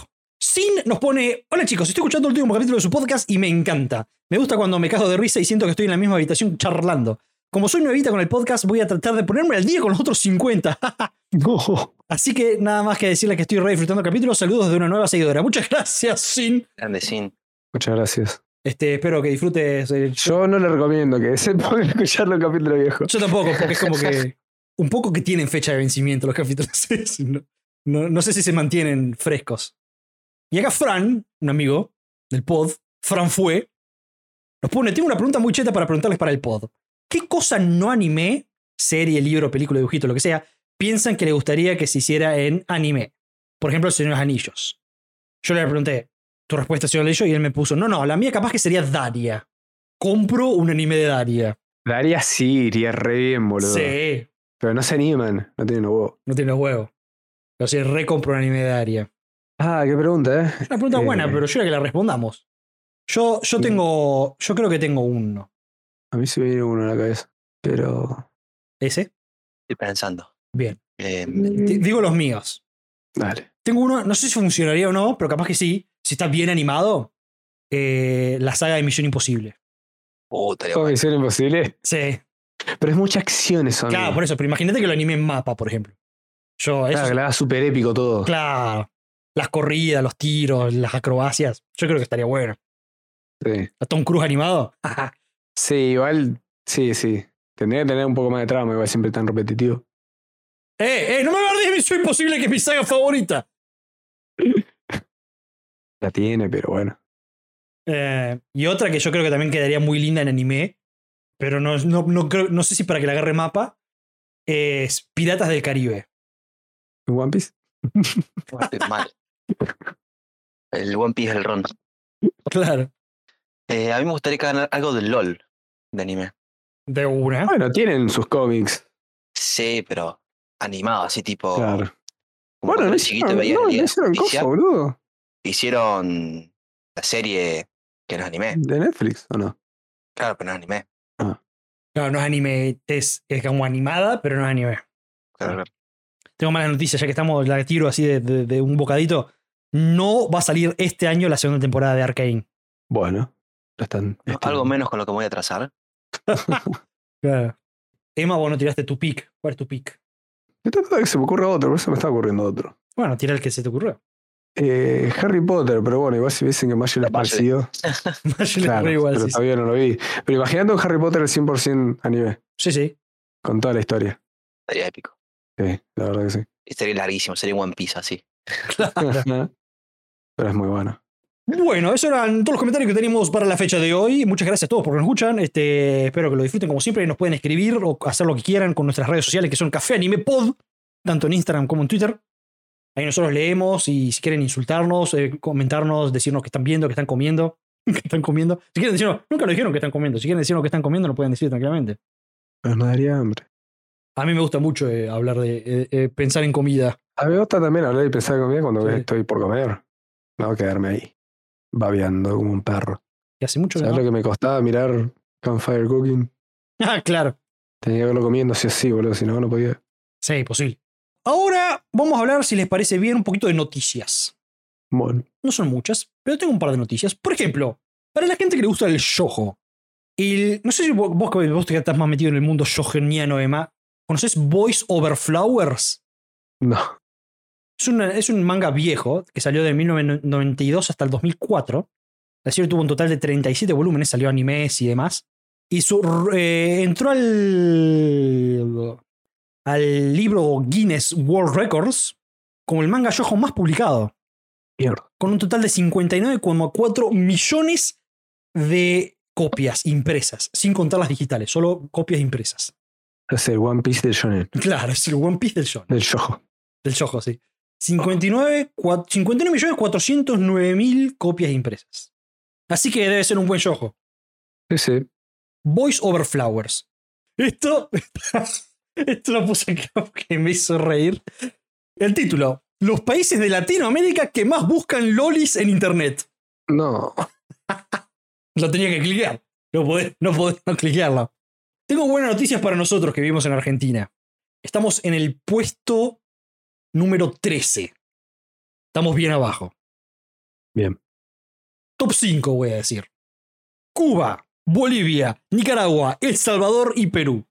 Sin nos pone, hola chicos, estoy escuchando el último capítulo de su podcast y me encanta. Me gusta cuando me cago de risa y siento que estoy en la misma habitación charlando. Como soy nuevita con el podcast, voy a tratar de ponerme al día con los otros 50. Así que nada más que decirle que estoy re disfrutando el capítulo. Saludos de una nueva seguidora. Muchas gracias, Sin. Grande sin. Muchas gracias. Este, espero que disfrutes. eh, el- Yo no le recomiendo que se pongan a escuchar los capítulos viejos. Yo tampoco, porque es como que. Un poco que tienen fecha de vencimiento los capítulos. No, no- no sé si se mantienen frescos. Y acá Fran, un amigo del pod, Fran fue, nos pone: Tengo una pregunta muy cheta para preguntarles para el pod. ¿Qué cosa no anime, serie, libro, película, dibujito, lo que sea, piensan que le gustaría que se hiciera en anime? Por ejemplo, El Señor de los Anillos. Yo le pregunté: ¿Tu respuesta, Señor Anillo? Y él me puso: No, no, la mía capaz que sería Daria. Compro un anime de Daria. Daría sí, iría re bien, boludo. Sí. Pero no se animan, no tienen huevo. No tiene los huevos. Pero sí, recompro un anime de Aria. Ah, qué pregunta, eh. Es una pregunta Eh. buena, pero yo creo que la respondamos. Yo, yo Sí. tengo. Yo creo que tengo uno. A mí se me viene uno a la cabeza. Pero. ¿Ese? Estoy pensando. Bien. Eh, Te- digo los míos. Dale. Tengo uno, no sé si funcionaría o no, pero capaz que sí. Si está bien animado, eh, la saga de Misión Imposible. oh, estaría ¿Cómo bueno. Misión Imposible? Sí. Pero es mucha acción eso, amigo. Claro, por eso. Pero imagínate que lo anime en mapa, por ejemplo. Yo, eso. Ah, Claro, que la haga súper épico todo. claro. Las corridas, los tiros, las acrobacias. Yo creo que estaría bueno. Sí. A Tom Cruise animado. Sí, igual. Sí, sí. Tendría que tener un poco más de trama, igual siempre tan repetitivo. ¡Eh, eh! ¡No me guardes Misión Imposible, que es mi saga favorita! La tiene, pero bueno. Eh, y otra que yo creo que también quedaría muy linda en anime, pero no, no, no, creo, no sé si para que la agarre mapa, es Piratas del Caribe. ¿En One Piece? Estoy mal. El One Piece el Ron. Claro. Eh, a mí me gustaría ganar algo de LOL de anime. De una. Ah, Bueno, tienen sus cómics. Sí, pero animado, así Oh. tipo. Claro. como Bueno, cuando no eres chiquito hicieron, veías no, la Liga no de hicieron Justicia. cosa, boludo. Hicieron la serie que no es anime. ¿De Netflix o no? Claro, pero no es anime. No, no es anime, es, es como animada, pero no es anime. Claro, claro. Tengo malas noticias, ya que estamos, la tiro así de, de- de un bocadito. No va a salir este año la segunda temporada de Arcane. Bueno. Ya están. ya están. Algo menos con lo que me voy a trazar. Claro. Emma, vos no tiraste tu pick. ¿Cuál es tu pick? Yo trataba de que se me ocurra otro, por eso me está ocurriendo otro. Bueno, tira el que se te ocurrió. Eh, Harry Potter, pero bueno, igual si dicen que Magic lo es Pero parecido. Magic- Yo le Claro, ocurrió igual, pero sí, sí. todavía no lo vi. Pero imaginando un Harry Potter al 100% anime, Sí, sí. con toda la historia. Sería épico. Sí, la verdad que sí. Y Sería larguísimo, sería One Piece así. pero es muy bueno. Bueno, esos eran todos los comentarios que teníamos para la fecha de hoy. Muchas gracias a todos por que nos escuchan. Este, espero que lo disfruten como siempre. Nos pueden escribir o hacer lo que quieran con nuestras redes sociales que son Café Anime Pod, tanto en Instagram como en Twitter. Ahí nosotros leemos y si quieren insultarnos, eh, comentarnos, decirnos que están viendo, que están comiendo, que están comiendo. Si quieren decirnos, nunca lo dijeron que están comiendo. Si quieren decirnos que están comiendo, lo pueden decir tranquilamente. Pero no daría hambre. A mí me gusta mucho eh, hablar de eh, eh, pensar en comida. A mí me gusta también hablar y pensar en comida cuando Sí. estoy por comer. No quedarme ahí, babeando como un perro. Que hace mucho que ¿Sabes no- lo que me costaba mirar Campfire Cooking? Ah, claro. Tenía que verlo comiendo sí o sí, boludo, si no, no podía. Sí, posible. Ahora vamos a hablar, si les parece bien, un poquito de noticias. Bueno, No son muchas, pero tengo un par de noticias. Por ejemplo, para la gente que le gusta el shojo, el, no sé si vos, vos que- vos que estás más metido en el mundo shojeniano, Emma, ¿conoces Voice Over Flowers? no. Es, una- es un manga viejo que salió de 1992 hasta el 2004. La serie tuvo un total de 37 volúmenes, salió animes y demás. Y su, eh, entró al, al libro Guinness World Records como el manga yojo más publicado, Mierda. con un total de 59,4 millones de copias impresas, sin contar las digitales, solo copias impresas. Es el One Piece del Shonen, Claro, es el One Piece del shonen. del Shoujo. Del Yojo, sí. 59, cua- 59 millones 409 mil copias impresas. Así que debe ser un buen Yojo. Sí, sí. Voice over flowers. Esto. Esto lo puse acá porque me hizo reír. El título: Los países de Latinoamérica que más buscan lolis en internet. No. Lo tenía que cliquear. No podés no, podés no cliquearlo. Tengo buenas noticias para nosotros que vivimos en Argentina. Estamos en el puesto número 13. Estamos bien abajo. Bien. Top 5, voy a decir. Cuba, Bolivia, Nicaragua, El Salvador y Perú.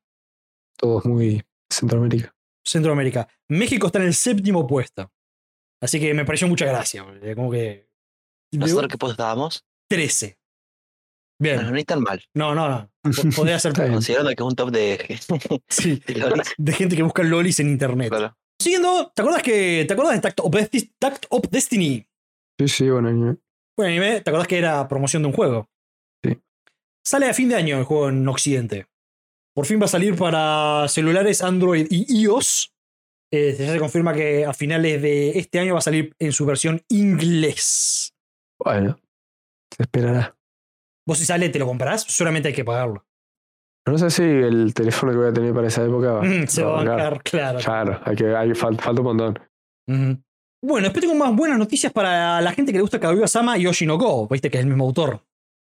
Todos muy Centroamérica. Centroamérica. México está en el séptimo puesto. Así que me pareció mucha gracia. porque Como que. Nosotros que pues dábamos, 13. no, no Bien. ni tan mal. No, no, no. Po- Podría ser. Está bien. Considerando que es un top de. Sí. de lolis, de gente que busca lolis en internet. claro. Siguiendo, ¿te acuerdas que te acuerdas de Tact of, Desti- Tact of Destiny? Sí, sí, buen año. Buen anime, ¿te acuerdas que era promoción de un juego? Sí. Sale a fin de año el juego en Occidente. Por fin va a salir para celulares Android y iOS. Eh, ya se confirma que a finales de este año va a salir en su versión inglés. Bueno, se esperará. Vos si sale, te lo comprarás, solamente hay que pagarlo. Pero no sé si el teléfono que voy a tener para esa época. Mm, se va a bancar. bancar, claro. Ah, Claro, hay que, hay, fal- falta un montón. Ujú. Bueno, después tengo más buenas noticias para la gente que le gusta Kaguya-sama y Oshinoko, viste que es el mismo autor.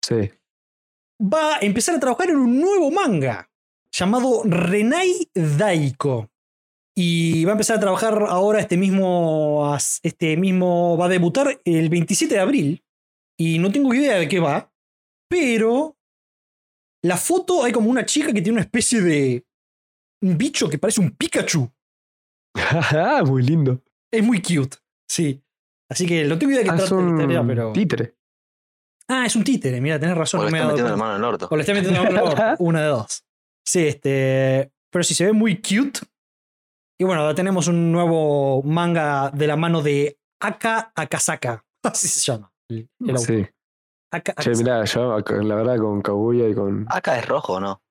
Sí. va a empezar a trabajar en un nuevo manga llamado Renai Daiko. Y va a empezar a trabajar ahora este mismo, este mismo, va a debutar el 27 de abril. Y no tengo idea de qué va, pero la foto hay como una chica que tiene una especie de un bicho que parece un Pikachu. muy lindo. Es muy cute, sí. Así que no tengo idea de qué Ah, es trata un esta idea, pero... títere. Ah, es un títere, mira, tenés razón. O no le me he están dado metiendo cuenta. la mano en el orto. O le está metiendo una mano en el orto, una de dos. Sí, este. Pero si se ve muy cute. Y bueno, ahora tenemos un nuevo manga de la mano de Aka Akasaka. Así se llama. el- el autor. Sí. Aka Che, Akasaka. mirá, yo la verdad con Kaguya y con. Acá es rojo, ¿no?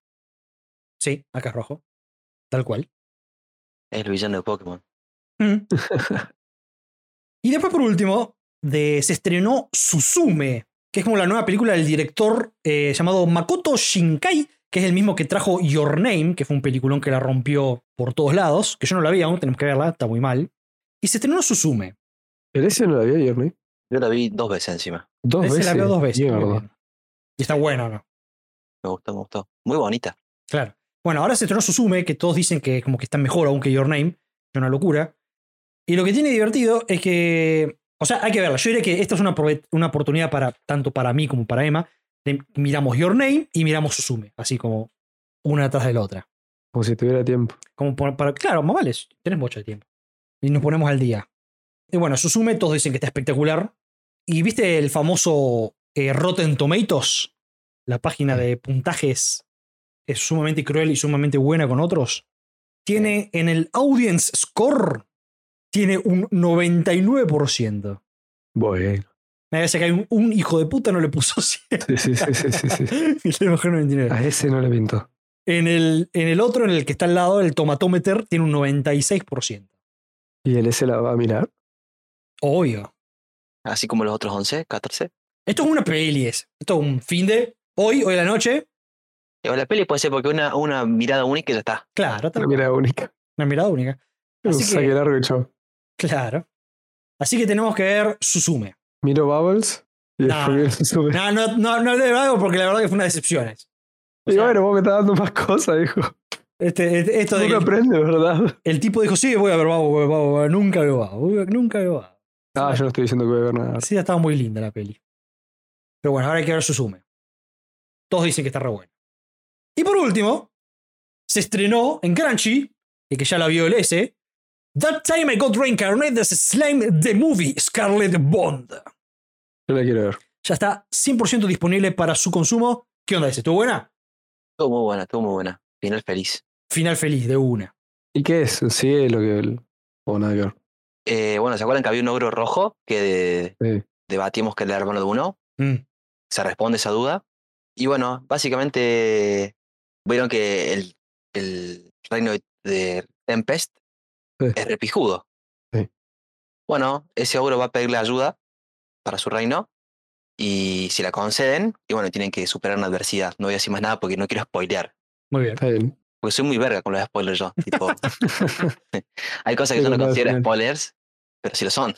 Sí, Aka es rojo. Tal cual. Es el villano de Pokémon. Mm. y después, por último, de, se estrenó Suzume, que es como la nueva película del director eh, llamado Makoto Shinkai, que es el mismo que trajo Your Name, que fue un peliculón que la rompió por todos lados, que yo no la vi aún, tenemos que verla, está muy mal. Y se estrenó Suzume. ¿El ese no lo vi ayer, ¿no? Yo la vi dos veces encima. Dos Ese veces. la veo dos veces. Mierda. muy bien. Y está bueno, ¿no? Me gustó, me gustó. Muy bonita. Claro. Bueno, ahora se estrenó Suzume, que todos dicen que como que está mejor aún que Your Name. Es una locura. Y lo que tiene divertido es que. O sea, hay que verla. Yo diré que esta es una, prove- una oportunidad para tanto para mí como para Emma. de- miramos Your Name y miramos Suzume, así como una atrás de la otra. Como si tuviera tiempo. Como por- para, claro, más vale, tenés mucho de tiempo. Y nos ponemos al día. Y bueno, Susume, todos dicen que está espectacular. Y viste el famoso eh, Rotten Tomatoes, la página de puntajes, es sumamente cruel y sumamente buena con otros. Tiene en el audience score, tiene un 99%. Bueno. Me parece que hay un, un hijo de puta no le puso 100. Sí, sí, sí, sí, sí, sí. y le bajó 99. A ese no le pintó. En el, en el otro, en el que está al lado, el tomatometer, tiene un 96%. Y él ese la va a mirar. Obvio. Así como los otros 11, 14. Esto es una peli, es. Esto es un fin de hoy, hoy a la noche. O la peli puede ser porque una, una mirada única y ya está. Claro, tal La cual. mirada única. una mirada única. Un Así saque que, largo y chao. claro. Así que tenemos que ver Susume. Miro Bubbles y No. después viene Susume. No, no, no, no hablé de algo porque la verdad que fue una decepción. es. O Y sea, bueno, vos me estás dando más cosas, dijo. este, este- esto de que Uno el, aprende, ¿verdad? el tipo dijo, sí, voy a ver Babo, voy a ver Babo, voy a ver- nunca veo Babo, voy a- nunca veo Babo. Ah, yo no estoy diciendo que voy a ver nada. Así ya estaba muy linda la peli. Pero bueno, ahora hay que ver Susume. Todos dicen que está re bueno. Y por último, se estrenó en Crunchy, y que ya la vio el S, That Time I Got Reincarnated as a Slime, The Movie, Scarlet Bond. Yo la quiero ver. Ya está 100% disponible para su consumo. ¿Qué onda ese? ¿Estuvo buena? Estuvo muy buena, estuvo muy buena. Final feliz. Final feliz de una. ¿Y qué es? Sí, es lo que. el- O nada que ver. Eh, bueno, ¿se acuerdan que había un ogro rojo que de- Sí. debatimos que era el hermano de uno? Mm. se responde esa duda. Y bueno, básicamente vieron que el, el reino de- de Tempest Sí. es repijudo. Sí. Bueno, ese ogro va a pedirle ayuda para su reino. Y si la conceden, y bueno, tienen que superar una adversidad. No voy a decir más nada porque no quiero spoilear. Muy bien. Está bien. Porque soy muy verga con los spoilers yo. tipo, hay cosas que Sí, yo no verdad, considero genial. spoilers, pero sí lo son.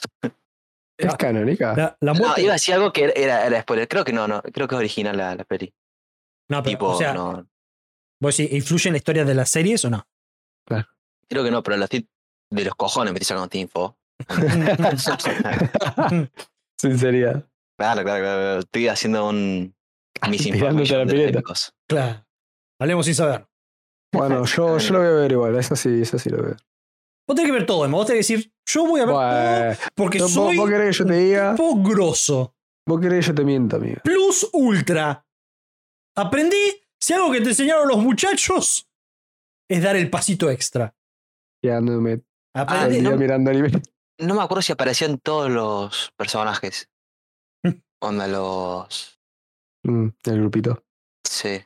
¿Es Ah. canónica? La, la No, muerte. iba a decir algo que era, era spoiler. Creo que no, no. Creo que es original la, la peli. No, pero, Tipo, o sea, no, ¿vos decís, ¿influye en la historia de las series o no? Creo que no, pero los tit- de los cojones me sacan con info. claro, Sinceridad. claro, claro. Estoy haciendo un Tirándote a Ah, la misinformation de pileta. técnicos. claro. Hablemos sin saber. Bueno, yo, yo lo voy a ver igual. Esa sí, esa sí lo veo. Vos tenés que ver todo, Emma. Vos tenés que decir, yo voy a ver todo Bueno, eh, porque no, vos, soy vos querés que yo te diga. tipo grosso. Vos querés que yo te mienta, amigo. Plus ultra. Aprendí si algo que te enseñaron los muchachos es dar el pasito extra. Quedándome todo Aprendí. el día no. mirando anime. No me acuerdo si aparecían todos los personajes. Mm. Onda los. Mm, el grupito. Sí.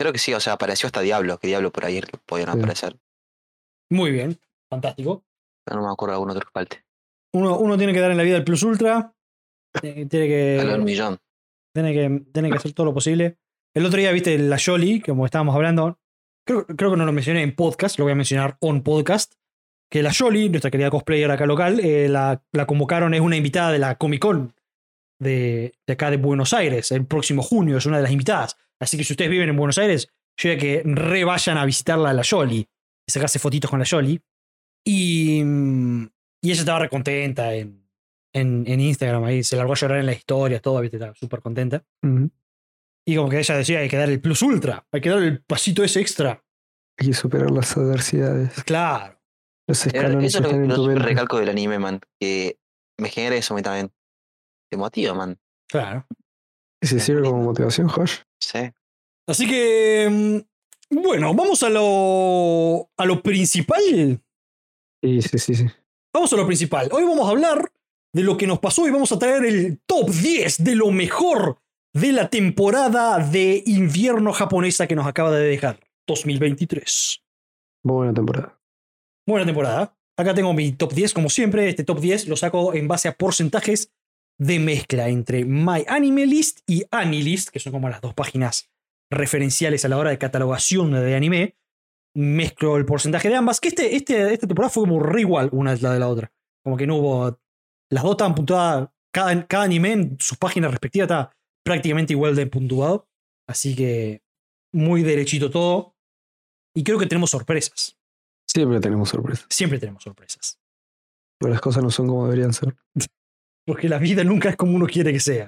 Creo que sí, o sea, apareció hasta Diablo, que Diablo por ahí es el que podían Sí. aparecer. Muy bien. Fantástico. Pero no me acuerdo de algún otro que falte. Uno, uno tiene que dar en la vida el plus ultra. Eh, Tiene A lo del que, millón. tiene que, tiene que hacer todo lo posible. El otro día, viste, la Jolly, como estábamos hablando. Creo, creo que no lo mencioné en podcast, lo voy a mencionar on podcast. Que la Jolly, nuestra querida cosplayer acá local, eh, la, la convocaron, es una invitada de la Comic Con de, de acá de Buenos Aires. El próximo junio es una de las invitadas. Así que si ustedes viven en Buenos Aires, yo diría que re vayan a visitarla a la Jolly y sacarse fotitos con la Jolly. Y, mm, y ella estaba recontenta en, en, en Instagram ahí, se largó a llorar en las historias, todo, ¿viste? estaba súper contenta. Mm. Y como que ella decía, hay que dar el plus ultra, hay que dar el pasito ese extra. Hay que superar las adversidades. Claro. Los Era- escalones Eso es lo están que en tu yo mente. recalco del anime, man. Que me genera eso a mí también. Te motiva, man. Claro. ¿Y si sirve como motivación, Josh? Sí. Así que, mm, bueno, vamos a lo, a lo principal. Sí, sí, sí. sí. Vamos a lo principal. Hoy vamos a hablar de lo que nos pasó y vamos a traer el top 10 de lo mejor de la temporada de invierno japonesa que nos acaba de dejar. 2023. Muy buena temporada. Buena temporada. Acá tengo mi top 10, como siempre. Este top 10 lo saco en base a porcentajes de mezcla entre My Anime List y Anilist, que son como las dos páginas referenciales a la hora de catalogación de anime. Mezclo el porcentaje de ambas, que este, este, esta temporada fue como re igual una es la de la otra. Como que no hubo. Las dos estaban puntuadas. Cada, cada anime en sus páginas respectivas está prácticamente igual de puntuado. Así que muy derechito todo. Y creo que tenemos sorpresas. Siempre tenemos sorpresas. Siempre tenemos sorpresas. Pero las cosas no son como deberían ser. Porque la vida nunca es como uno quiere que sea.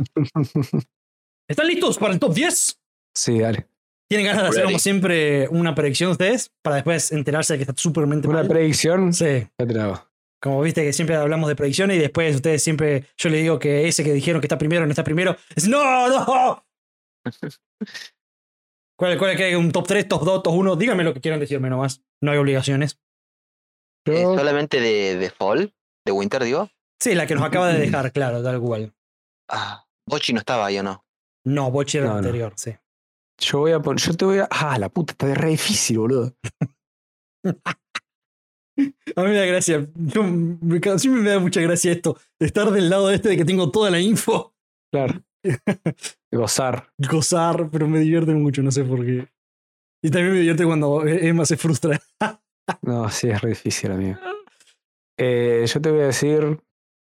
¿Están listos para el top 10? sí, dale. ¿Tienen ganas de hacer Ready. como siempre una predicción ustedes? Para después enterarse de que está súper Una predicción. Sí. Ya te la hago. Como viste que siempre hablamos de predicciones y después ustedes siempre, yo le digo que ese que dijeron que está primero no está primero. Es, ¡No, no! ¿Cuál, cuál es que hay un top 3, top 2, top 1? Díganme lo que quieran decirme nomás. No hay obligaciones. Eh, Yo, solamente de, de Fall, de Winter, digo. Sí, la que nos acaba de dejar, claro, tal cual. Ah, Bochi no estaba ahí o no. No, Bochi era No, no. anterior, sí. yo voy a poner. Yo te voy a. Ah, la puta, está re difícil, boludo. A mí me da gracia. Yo, me, ca- siempre me da mucha gracia esto. de Estar del lado este de que tengo toda la info. Claro. Gozar. Gozar, pero me divierte mucho, no sé por qué. Y también me divierte cuando E- Emma se frustra. No, sí, es re difícil, amigo. Eh, yo te voy a decir.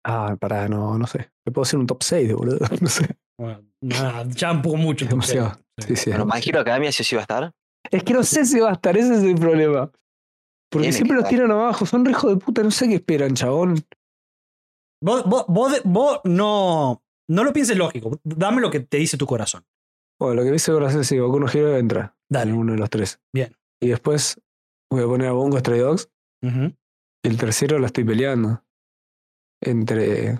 Ah, pará, no, no sé. Te puedo hacer un top 6, boludo. No sé. Bueno, nada, ya un poco mucho. Es demasiado. Sí, sí. es Bueno, My demasiado. Hero Academia sí o sí va a estar. Es que no sé si va a estar, ese es el problema. Porque Tiene que siempre los estar. tiran abajo, son rejos de puta, no sé qué esperan, chabón. Vos, vos- vos- vos no, no lo pienses lógico. Dame lo que te dice tu corazón. Bueno, lo que dice Corazón, sí, Boku no Hero entra en Dale. uno de los tres. Bien. Y después voy a poner a Bongo Stray Dogs. Ujú. y El tercero la estoy peleando. Entre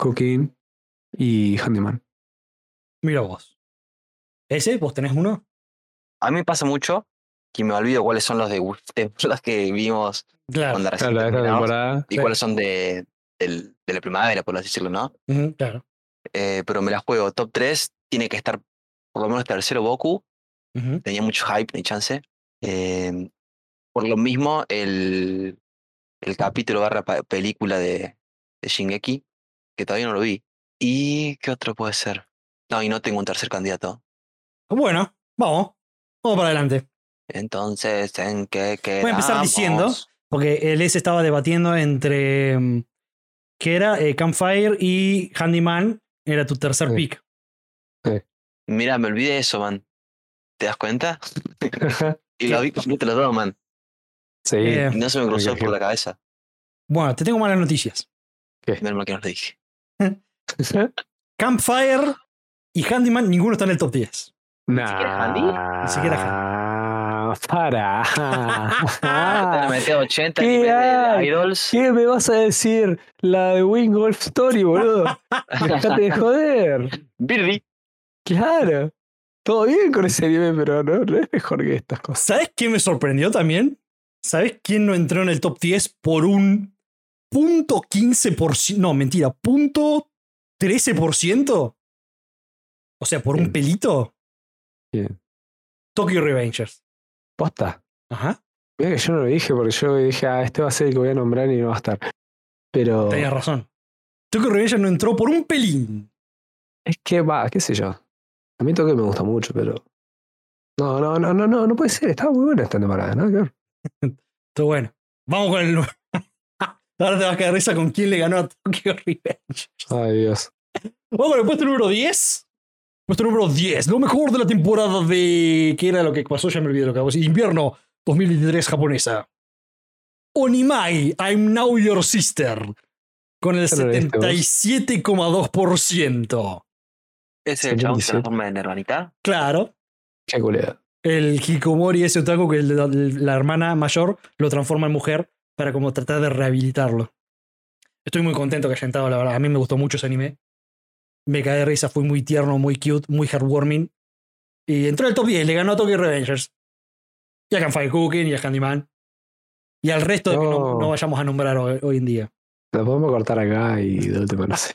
Cooking y Handyman. Mira vos. ¿Ese? ¿Vos tenés uno? A mí me pasa mucho que me olvido cuáles son los de, Wi- de los que vimos Claro. cuando recién Ah, Claro, esta terminamos temporada. y sí. cuáles son de, del- de la primavera, por así decirlo, ¿no? Ujú, claro. Eh, pero me la juego. Top 3 tiene que estar por lo menos tercero Boku. Ujú. Tenía mucho hype, ni chance. Eh, por lo mismo, el, el capítulo barra pa- película de, de Shingeki, que todavía no lo vi. ¿Y qué otro puede ser? No, y no tengo un tercer candidato. Bueno, vamos. Vamos para adelante. Entonces, ¿en qué quedamos? Voy a empezar diciendo- Porque el S estaba debatiendo entre. mm, ¿Qué era? Eh, Campfire y Handyman. Era tu tercer Sí. pick. Mira, me olvidé eso, man. ¿Te das cuenta? Y lo vi completo los dos, man. sí. Eh, No se me cruzó Ok, por ok. la cabeza. Bueno, te tengo malas noticias. Menos mal que no lo dije. Campfire y Handyman, ninguno está en el top 10. siquiera Handy? nah. Ni siquiera Te Ah, Para. metí 80 ¿Qué nivel de- de hay? idols. ¿Qué me vas a decir? La de Wing Golf Story, boludo. Dejate de joder. Birdie. Claro. Todo bien con ese anime, pero no, no es mejor que estas cosas. ¿Sabes quién me sorprendió también? ¿Sabes quién no entró en el top 10 por un punto 15%? No, mentira, punto 13%. O sea, por un ¿Quién? pelito. ¿Quién? Tokyo Revengers. Posta. Ajá. Mira que yo no lo dije porque yo dije, ah, este va a ser el que voy a nombrar y no va a estar. Pero Tenías razón. Tokyo Revengers no entró por un pelín. es que va, qué sé yo. A mí Toque me gusta mucho, pero. No, no, no, no, no, no puede ser. Estaba muy buena esta temporada, ¿no? Claro. Está bueno. Vamos con el nuevo. Ahora te vas a quedar risa con quién le ganó a Tokyo Revenge. Ay, Dios. Vamos con el puesto número 10. Puesto número 10. Lo mejor de la temporada de. ¿Qué era lo que pasó? Ya me olvidé lo que hago. Invierno 2023 japonesa. Onimai, I'm Now Your Sister. Con el Ya lo leíste vos. 77,2%. Ese Señor chabón se Vicente. transforma en hermanita. Claro. Qué culero. el Hikomori ese otaku que la, la hermana mayor lo transforma en mujer para como tratar de rehabilitarlo. Estoy muy contento que haya entrado, la verdad. A mí me gustó mucho ese anime. Me caí de risa, fue muy tierno, muy cute, muy heartwarming. Y entró al top 10, le ganó a Tokyo Revengers. Y a Canfire Cooking y a Handyman. Y al resto de que no, No. no vayamos a nombrar hoy, hoy en día. La podemos cortar acá y de última no sé.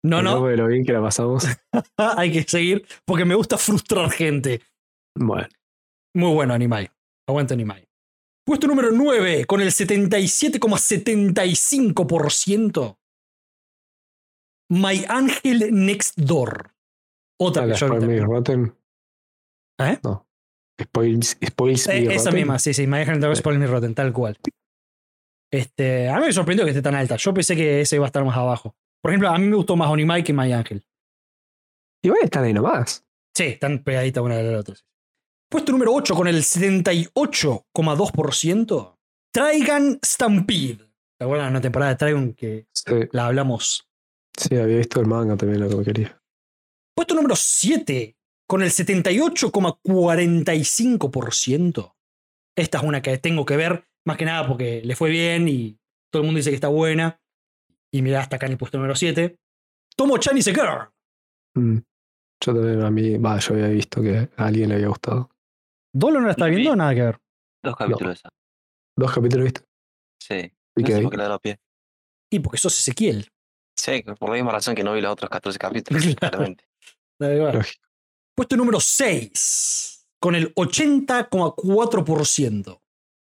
No, no, De lo bien que la pasamos. hay que seguir porque me gusta frustrar gente. Bueno. Muy bueno, Animai. Aguanta, Animai. Puesto número 9, con el 77,75%. My Angel Next Door. Otra que Hola, yo vi Spoil Me también. Rotten. ¿Eh? No. Spoils, spoils Me Eh, esa Rotten. misma, sí, sí. My Angel Next Door, Sí. Spoil Me Rotten, tal cual. Este, a mí me sorprendió que esté tan alta. Yo pensé que ese iba a estar más abajo. Por ejemplo, a mí me gustó más Onimai que My Angel. Igual están ahí nomás. Sí, están pegaditas una de la otra. Puesto número 8 con el 78,2%. Traigan Stampede. ¿Se acuerdan de una temporada de Traigan que Sí, la hablamos? sí, había visto el manga también, lo que quería. Puesto número 7 con el 78,45%. Esta es una que tengo que ver, más que nada porque le fue bien y Todo el mundo dice que está buena. Y mirá, hasta acá en el puesto número 7. Tomo Chan y se queda. Mm. Yo también, a mí, va, yo había visto que a alguien le había gustado. ¿Dolo no la está Sí. viendo? Nada que ver. Dos capítulos esa. Dos capítulos, ¿viste? Sí. Y No que sé ahí- por qué le doy los pies. Y porque sos Ezequiel. Sí, por la misma razón que no vi los otros 14 capítulos, claramente. Nada que ver. Lógico. Puesto número 6. Con el 80,4%.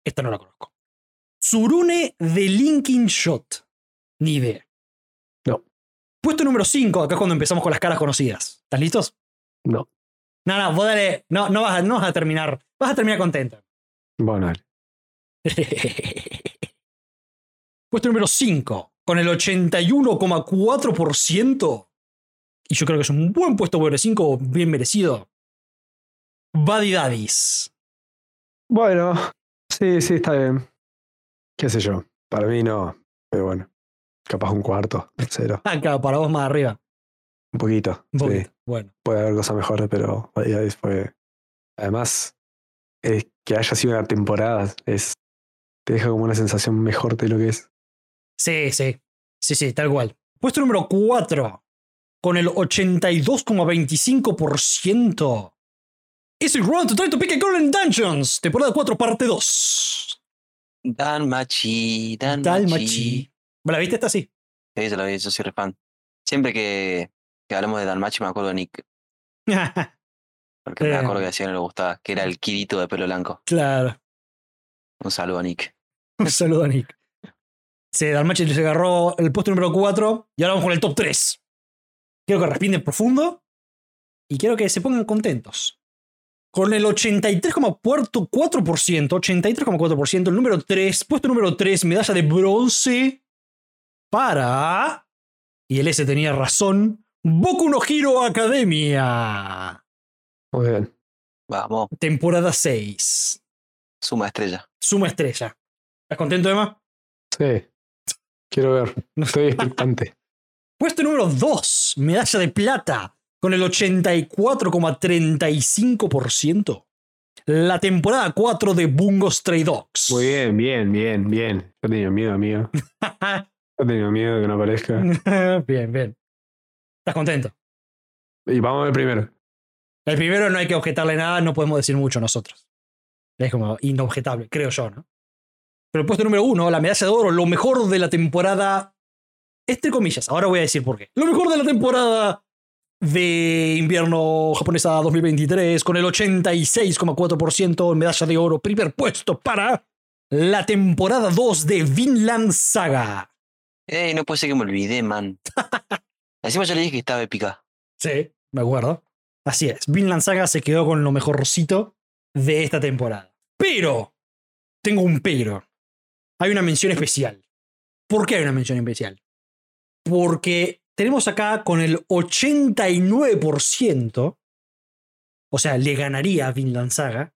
Esta no la conozco. Tsurune de Linking Shot. Ni idea. No. Puesto número 5. Acá es cuando empezamos con las caras conocidas. ¿Estás listos? No. No, no, vos dale. No, no vas, a, no vas a terminar. Vas a terminar contento. Bueno, dale. Puesto número 5, con el 81,4%. Y yo creo que es un buen puesto por el 5, bien merecido. Buddy Daddies. Bueno, sí, sí, está bien. ¿Qué sé yo? Para mí no, pero bueno. Capaz un cuarto, tercero. Acá, Ah, para vos más arriba. Un poquito. Un sí. poquito. Bueno. Puede haber cosas mejores, pero Buddy Daddies fue. Además, es que haya sido una temporada es te deja como una sensación mejor de lo que es. Sí, sí. Sí, sí, tal cual. Puesto número 4, con el 82,25%. Is it wrong to try to pick a girl in dungeons? Temporada 4, parte 2. Dan Machi, Dan Machi. Dalmachi. ¿La viste? Está así. Sí, se lo vi, yo soy re fan. Siempre que, que hablamos de Dan Machi me acuerdo de Nick, porque me Eh. acuerdo que a Ciano le gustaba, que era el Kirito de pelo blanco. claro. Un saludo a Nick. Un saludo a Nick. Sí, Dalmachi se agarró el puesto número 4 y ahora vamos con el top 3. Quiero que respiren profundo y quiero que se pongan contentos. Con el 83,4%, 83,4%, el número 3, puesto número 3, medalla de bronce para... Y el S tenía razón. Boku no Hero Academia. Muy bien. Vamos, Temporada 6. suma estrella. Suma estrella. ¿Estás contento, Emma? Sí. Quiero ver. No. Estoy expectante. Puesto número 2, medalla de plata, con el 84,35%. La temporada 4 de Bungo Stray Dogs. Muy bien, bien, bien, bien. Yo tenía miedo, amigo. Yo tenía miedo de que no aparezca. bien, bien. ¿Estás contento? Y vamos al primero. El primero no hay que objetarle nada, no podemos decir mucho nosotros. Es como inobjetable, creo yo, ¿no? Pero el puesto número uno, la medalla de oro, lo mejor de la temporada. Entre comillas, ahora voy a decir por qué. Lo mejor de la temporada de invierno japonesa 2023, con el 86,4% en medalla de oro, primer puesto para la temporada 2 de Vinland Saga. Ey, Eh, no puede ser que me olvidé, man. Encima yo le dije que estaba épica. Sí, me acuerdo. Así es, Vinland Saga se quedó con lo mejorcito de esta temporada. Pero, tengo un pero. Hay una mención especial. ¿Por qué hay una mención especial? Porque tenemos acá con el 89%, o sea, le ganaría a Vinland Saga,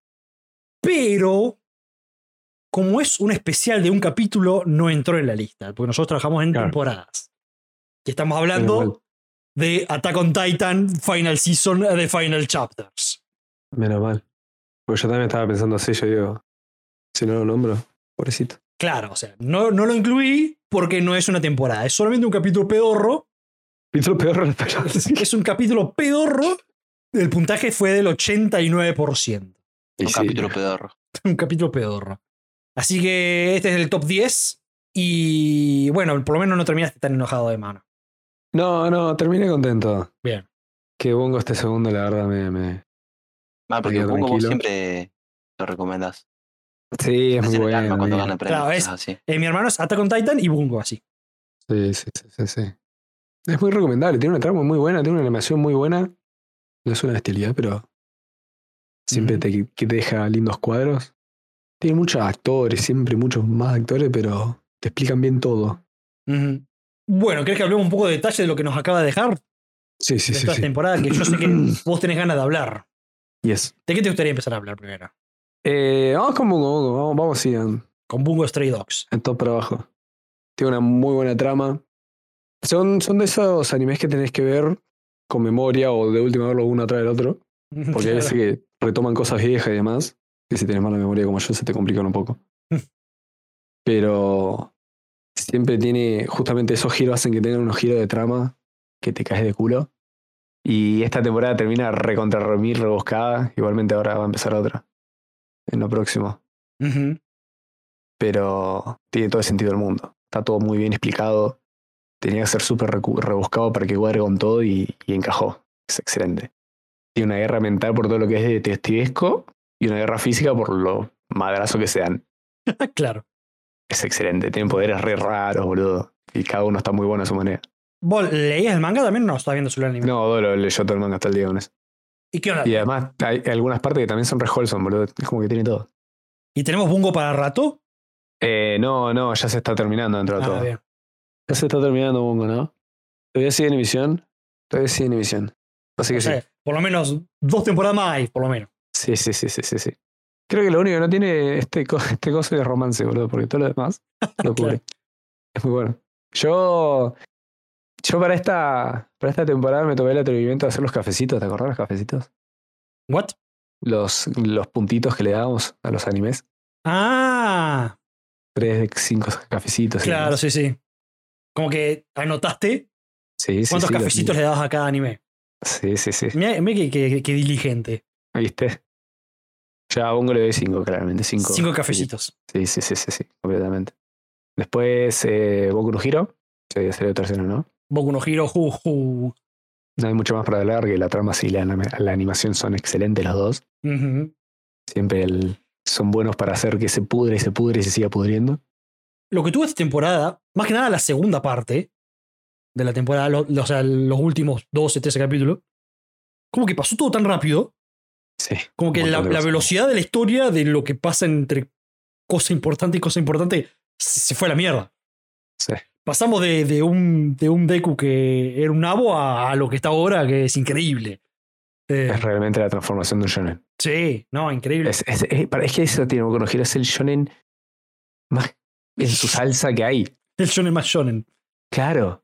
pero como es un especial de un capítulo, no entró en la lista, porque nosotros trabajamos en Claro. temporadas. Y estamos hablando de Attack on Titan, Final Season, eh, de Final Chapters. Menos mal. Porque yo también estaba pensando así, yo digo, si no lo nombro, pobrecito. Claro, o sea, no, no lo incluí porque no es una temporada, es solamente un capítulo pedorro. Pito peor pero Es un capítulo pedorro. El puntaje fue del 89%. Y un sí, capítulo pedorro. Un capítulo pedorro. Así que este es el top 10. Y bueno, por lo menos no terminaste tan enojado de mano. No, no, terminé contento. Bien. Que Bongo este segundo, la verdad, me. me- Man, porque Medio Bungo vos tranquilo. siempre lo recomendás. Sí, es Hacen muy el alma bueno. cuando amigo. ganan premios. Claro, es- cosas así. Eh, mi hermano es Attack on Titan y Bungo, así. Sí, sí, sí, sí, sí. Es muy recomendable, tiene una trama muy buena, tiene una animación muy buena. No es una bestialidad, pero siempre Ujú. te, que te deja lindos cuadros. Tiene muchos actores, siempre muchos más actores, pero te explican bien todo. Ujú. Bueno, ¿crees que hablemos un poco de detalle de lo que nos acaba de dejar Sí, sí, de sí. esta sí. temporada? Que yo sé que vos tenés ganas de hablar. Yes. ¿De qué te gustaría empezar a hablar primero? Eh, vamos con Bongo, Bongo, vamos, vamos sí, en, Con Bungo Stray Dogs. en top para abajo. Tiene una muy buena trama. Son, son de esos animes que tenés que ver con memoria o de última verlo uno atrás del otro. Porque hay veces que retoman cosas viejas y demás. Que si tenés mala memoria como yo, se te complican un poco. Pero siempre tiene, justamente esos giros hacen que tengan unos giros de trama que te caes de culo. Y esta temporada termina recontra remil rebuscada. Igualmente ahora va a empezar otra. En lo próximo. Ujú. Pero tiene todo el sentido del mundo. Está todo muy bien explicado. Tenía que ser súper recu- rebuscado para que cuadre con todo y, y encajó. Es excelente. Tiene una guerra mental por todo lo que es detectivesco y una guerra física por lo madrazo que sean. Ah, claro. Es excelente. Tienen poderes re raros, boludo. Y cada uno está muy bueno a su manera. ¿Vos leías el manga también o no? ¿Estás viendo solo el anime? No, Dolo leyó todo el manga hasta el día con eso. ¿Y qué onda? Y además hay algunas partes que también son re wholesome, boludo. Es como que tiene todo. ¿Y tenemos Bungo para rato? Eh, no, no, ya se está terminando dentro de Ah, todo. bien. Ya se está terminando, Bongo, ¿no? Todavía sigue en emisión. Todavía sigue en emisión. Así que O sea, Por lo menos dos temporadas más hay, por lo menos. sí. Sí, sí, sí, sí, sí, sí. Creo que lo único que no tiene este, co- este coso de romance, boludo, porque todo lo demás lo cubre. Es muy bueno. Yo. Yo para esta. Para esta temporada me tomé el atrevimiento de hacer los cafecitos, ¿te acordás los cafecitos? ¿What? Los, los puntitos que le dábamos a los animes. Ah, Tres de cinco cafecitos. y claro, demás. sí, sí. Como que anotaste Sí, sí, cuántos sí, los- cafecitos le dabas a cada anime. Sí, sí, sí. Mira que, diligente. ¿Viste? Ya a Bongo le doy 5, claramente. 5. Cinco, cafecitos. Sí, sí, sí, sí, sí, completamente. Después, eh, Boku no Hero. Sí, sería el tercero, ¿no? Boku no Hero, ju, ju. No hay mucho más para hablar que la trama y la, la animación son excelentes los dos. Ujú. Siempre el- son buenos para hacer que se pudre y se pudre y se siga pudriendo. Lo que tuvo esta temporada, más que nada la segunda parte de la temporada, lo- lo- o sea, los últimos 12, 13 capítulos, como que pasó todo tan rápido, Sí. como que Un la, montón de la cosas. velocidad de la historia, de lo que pasa entre cosa importante y cosa importante, se se fue a la mierda. Sí. Pasamos de, de un, de un Deku que era un nabo a, a lo que está ahora, que es increíble. Eh, Es realmente la transformación de un shonen. sí, no, increíble. Es, es- es- para- es que eso tiene Boku no Hero, es el shonen más en su salsa que hay. El shonen más shonen. Claro.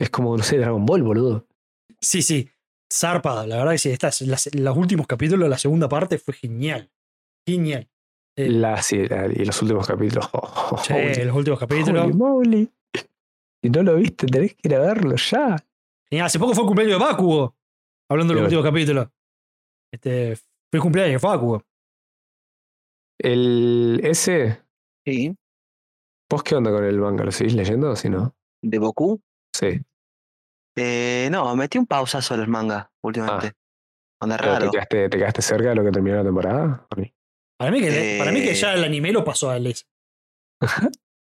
Es como, no sé, Dragon Ball, boludo. Sí, sí. Zarpa, la verdad que sí. Estas, las- los últimos capítulos, la segunda parte fue genial. Genial. Eh, La, sí, la- y los últimos capítulos. Sí, holy los últimos capítulos. Holy moly. Si no lo viste, tenés que ir a verlo ya. Y hace poco fue el cumpleaños de Bakugo. Hablando de los Sí, últimos capítulos. Este, fue el cumpleaños de Bakugo. El ese, Sí. ¿vos qué onda con el manga? ¿Lo seguís leyendo o si no? ¿De Goku? Sí. Eh, no, metí un pausazo a los mangas últimamente. Onda Ah. ¿Pero raro. ¿Te, quedaste, ¿Te quedaste cerca de lo que terminó la temporada? Oli? Para mí, que, para mí que ya el anime lo pasó a Les.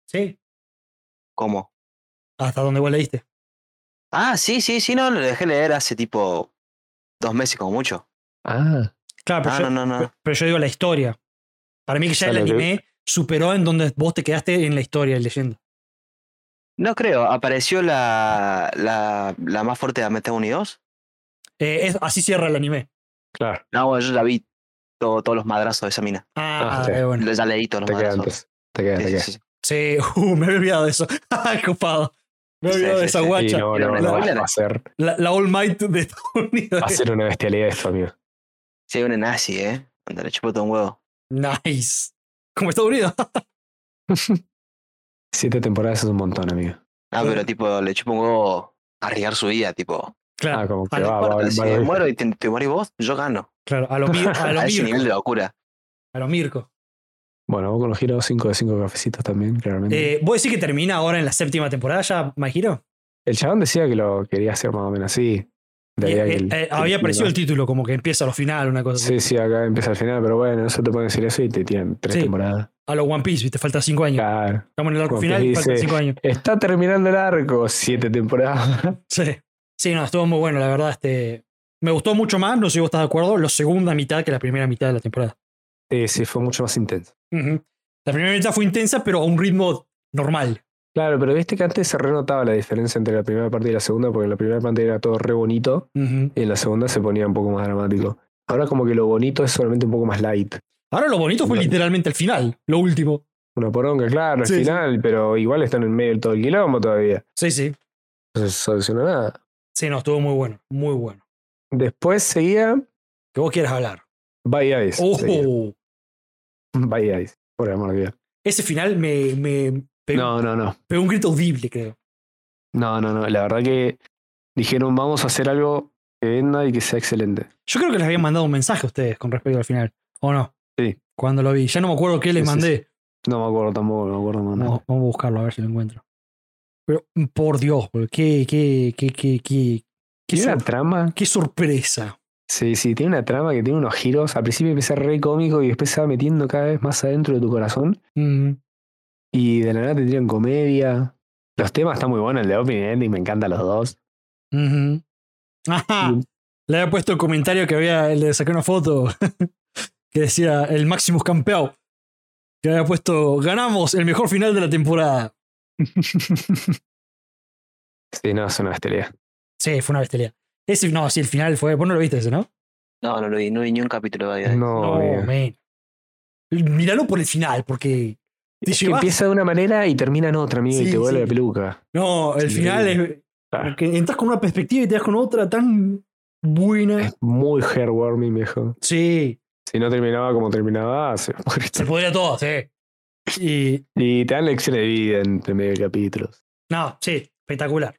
Sí. ¿Cómo? Hasta donde vos leíste. Ah, sí, sí, sí, no, lo dejé leer hace tipo dos meses como mucho. Ah, Claro, pero, Ah, yo, no, no, pero- no. pero yo digo la historia. Para mí que ya el Claro, yo- anime superó en donde vos te quedaste en la historia leyendo. No creo, apareció la, la, la más fuerte de Amete 1 y 2. Eh, es- así cierra el anime. claro. No, bueno, yo la vi todo- todos los madrazos de esa mina. Ah, Ah, sí. eh, bueno. Ya leí todos los Te queda madrazos. antes. Te queda, Sí, te sí, queda. sí, sí. Sí, uh, me había olvidado de eso. Ah, copado. Me había Sí, olvidado de sí, esa sí. Y guacha. no, no, no, la, va, spoiler. va a ser, la- la All Might de Estados Unidos. va a ser una bestialidad esto, amigo. Sí, una nazi, ¿eh? Anda, le chupó todo un huevo. Nice. Como Estados Unidos. Siete temporadas es un montón, amigo. Ah, Sí. pero tipo, le chupó un huevo arriesgar su vida, tipo. Ah, Claro, como que Ale, va, va, "Bueno, va- si va- me muero y te, te morís vos, yo gano. Ah. claro. A lo, Mir- a Ah, lo A ese nivel Mirko. de locura. A lo Mirko. Bueno, vos con los giros 5 de 5 cafecitos también, claramente. Eh, ¿Vos decís que termina ahora en la séptima temporada ya, My Hero? el chabón decía que lo quería hacer más o menos así. De ahí a Eh, que eh, el- eh, que había el- aparecido el título, como que empieza a lo final, una cosa así. Sí, sí, acá empieza al final, pero bueno, eso te pueden decir eso y te tiran tres Sí. temporadas. A lo One Piece, viste, falta cinco años. Claro. Estamos en el arco Como final que y faltan dice- cinco años. Está terminando el arco, siete temporadas. Sí. Sí, no, estuvo muy bueno, la verdad. Este, me gustó mucho más, no sé si vos estás de acuerdo, la segunda mitad que la primera mitad de la temporada. Sí, sí, fue mucho más intenso. Ujú. La primera mitad fue intensa, pero a un ritmo normal. Claro, pero viste que antes se renotaba la diferencia entre la primera parte y la segunda, porque en la primera parte era todo re bonito Ujú. y en la segunda se ponía un poco más dramático. Ahora como que lo bonito es solamente un poco más light. Ahora lo bonito fue Claro. literalmente el final, lo último. Una poronga, claro, al Sí, sí. final, pero igual están en medio de todo el quilombo todavía. Sí, sí. No se solucionó nada. Sí, no, estuvo muy bueno, muy bueno. Después seguía Que vos quieras hablar. By Eyes. ¡Ojo! seguía. By Eyes, por el amor de Dios. Ese final me, me, Pegó, No, no, no. pegó un grito audible, creo. No, no, no. La verdad que dijeron, vamos a hacer algo que venda y que sea excelente. Yo creo que les habían mandado un mensaje a ustedes con respecto al final. ¿O no? Sí. Cuando lo vi. Ya no me acuerdo qué les Sí, sí, mandé. No me acuerdo tampoco, no me acuerdo Vamos, más. nada. vamos a buscarlo a ver si lo encuentro. Pero, por Dios, boludo, qué, qué, qué, qué, qué, qué, ¿Tiene una sor- trama? qué sorpresa. Sí, sí, tiene una trama que tiene unos giros. Al principio empieza re cómico y después se va metiendo cada vez más adentro de tu corazón. Mm. Y de la nada te tiran comedia. Los temas están muy buenos, el de Open y Ending, me encantan los dos. Ujú. Ajá. Y- Le había puesto el comentario que había, le saqué una foto que decía el Maximus campeón. Que había puesto, ganamos el mejor final de la temporada. Sí, no, es una bestialidad. Sí, fue una bestialidad. Ese, no, sí, el final fue. Vos no lo viste ese, ¿no? No, no lo vi, no vi ni un capítulo todavía. ¿eh? No, bien. man. Míralo por el final, porque. te Es que llevas- empieza de una manera y termina en otra, amigo, Sí, y te vuelve sí. la peluca. No, el Sí. final es. Ah, Que entras con una perspectiva y te das con otra tan buena. es muy hairwarming, viejo. Sí, Si no terminaba como terminaba, se se podría todo, sí. Y. Y te dan lecciones de vida entre medio de capítulos. No, sí, espectacular.